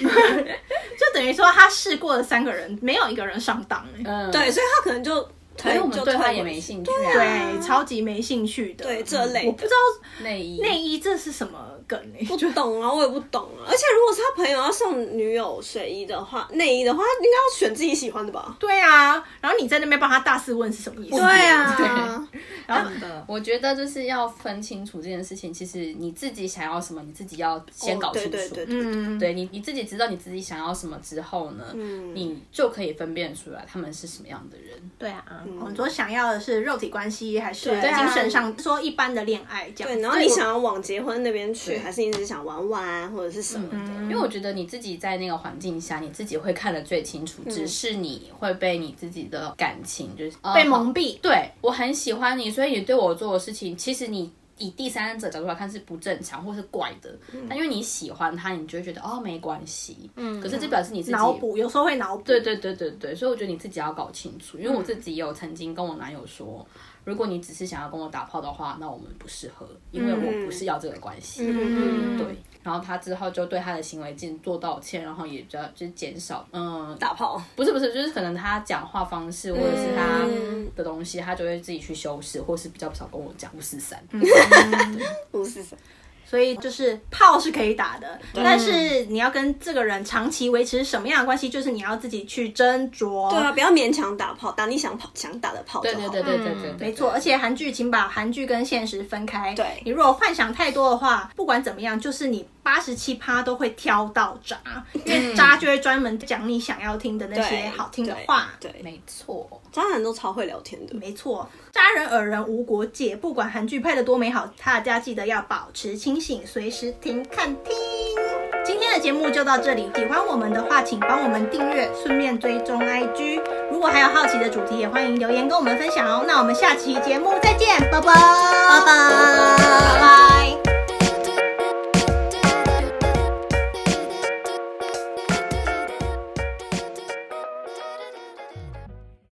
[SPEAKER 2] 就等于说他试过的三个人，没有一个人上当哎、
[SPEAKER 4] 嗯，
[SPEAKER 3] 对，，所以他可能就
[SPEAKER 4] 所以
[SPEAKER 3] 推
[SPEAKER 4] 我们
[SPEAKER 3] 就
[SPEAKER 4] 对
[SPEAKER 3] 推
[SPEAKER 4] 他
[SPEAKER 3] 回
[SPEAKER 4] 也
[SPEAKER 3] 去
[SPEAKER 4] 没兴趣啊。
[SPEAKER 2] 对，哎超级没兴趣的。嗯
[SPEAKER 3] 对这类的
[SPEAKER 2] 我不知道
[SPEAKER 4] 内衣
[SPEAKER 2] 内衣这是什么梗哎、
[SPEAKER 3] 不懂啊，我也不懂啊。而且如果是他朋友要送女友睡衣的话，内衣的话，应该要选自己喜欢的吧？
[SPEAKER 2] 对啊，然后你在那边帮他大肆问是什么意思？
[SPEAKER 3] 对啊，
[SPEAKER 1] 真的
[SPEAKER 4] 我觉得就是要分清楚这件事情。其实你自己想要什么，你自己要先搞清楚。
[SPEAKER 3] 哦对对对对
[SPEAKER 2] 嗯，
[SPEAKER 4] 对你你自己知道你自己想要什么之后呢，
[SPEAKER 3] 嗯
[SPEAKER 4] 你就可以分辨出来他们是什么样的人。
[SPEAKER 1] 对啊，
[SPEAKER 2] 我们说想要的是肉体关系，还是
[SPEAKER 3] 对啊
[SPEAKER 2] 精神上说一般的恋爱这样？
[SPEAKER 3] 对，然后你想要往结婚那边去，还是你只是想玩玩或者是什么的？
[SPEAKER 4] 因为我觉得你自己在那个环境下，你自己会看得最清楚，只是你会被你自己的感情就是
[SPEAKER 2] 被蒙蔽。
[SPEAKER 4] 对我很喜欢你，所以你对我做的事情，其实你以第三者角度来看是不正常或是怪的。但因为你喜欢他，你就会觉得哦没关系。嗯，可是这表示你自己
[SPEAKER 2] 脑补，有时候会脑补。
[SPEAKER 4] 对对对对对，所以我觉得你自己要搞清楚，因为我自己也有曾经跟我男友说，如果你只是想要跟我打炮的话，那我们不适合，因为我不是要这个关系。
[SPEAKER 3] 嗯，
[SPEAKER 4] 对，然后他之后就对他的行为进做道歉，然后也比较就是减少，嗯，
[SPEAKER 3] 打炮。
[SPEAKER 4] 不是不是，就是可能他讲话方式或者是他
[SPEAKER 3] 嗯
[SPEAKER 4] 的东西，他就会自己去修饰，或是比较少跟我讲五四三。
[SPEAKER 2] 嗯
[SPEAKER 3] 不是什么
[SPEAKER 2] 所以就是炮是可以打的，但是你要跟这个人长期维持什么样的关系，就是你要自己去斟酌。
[SPEAKER 3] 对啊，不要勉强打炮，打你想跑想打的炮就
[SPEAKER 4] 对
[SPEAKER 3] 好。
[SPEAKER 4] 对对对对对对，
[SPEAKER 2] 嗯没错，而且韩剧请把韩剧跟现实分开。
[SPEAKER 3] 对
[SPEAKER 2] 你如果幻想太多的话，不管怎么样，就是你八十七趴都会挑到渣，因为渣就会专门讲你想要听的那
[SPEAKER 3] 对，
[SPEAKER 2] 些好听的
[SPEAKER 3] 对
[SPEAKER 2] 话。
[SPEAKER 3] 对，
[SPEAKER 4] 没错，
[SPEAKER 3] 渣男都超会聊天的。
[SPEAKER 2] 没错，渣人耳人无国界，不管韩剧拍的多美好，大家记得要保持清醒，随时听看听。今天的的节目就到这里，喜欢我们的话，请帮我们订阅，顺便追踪 IG。如果还有好奇的主题，也欢迎留言跟我们分享哦。那我们下期节目再见，拜拜，拜拜，拜拜。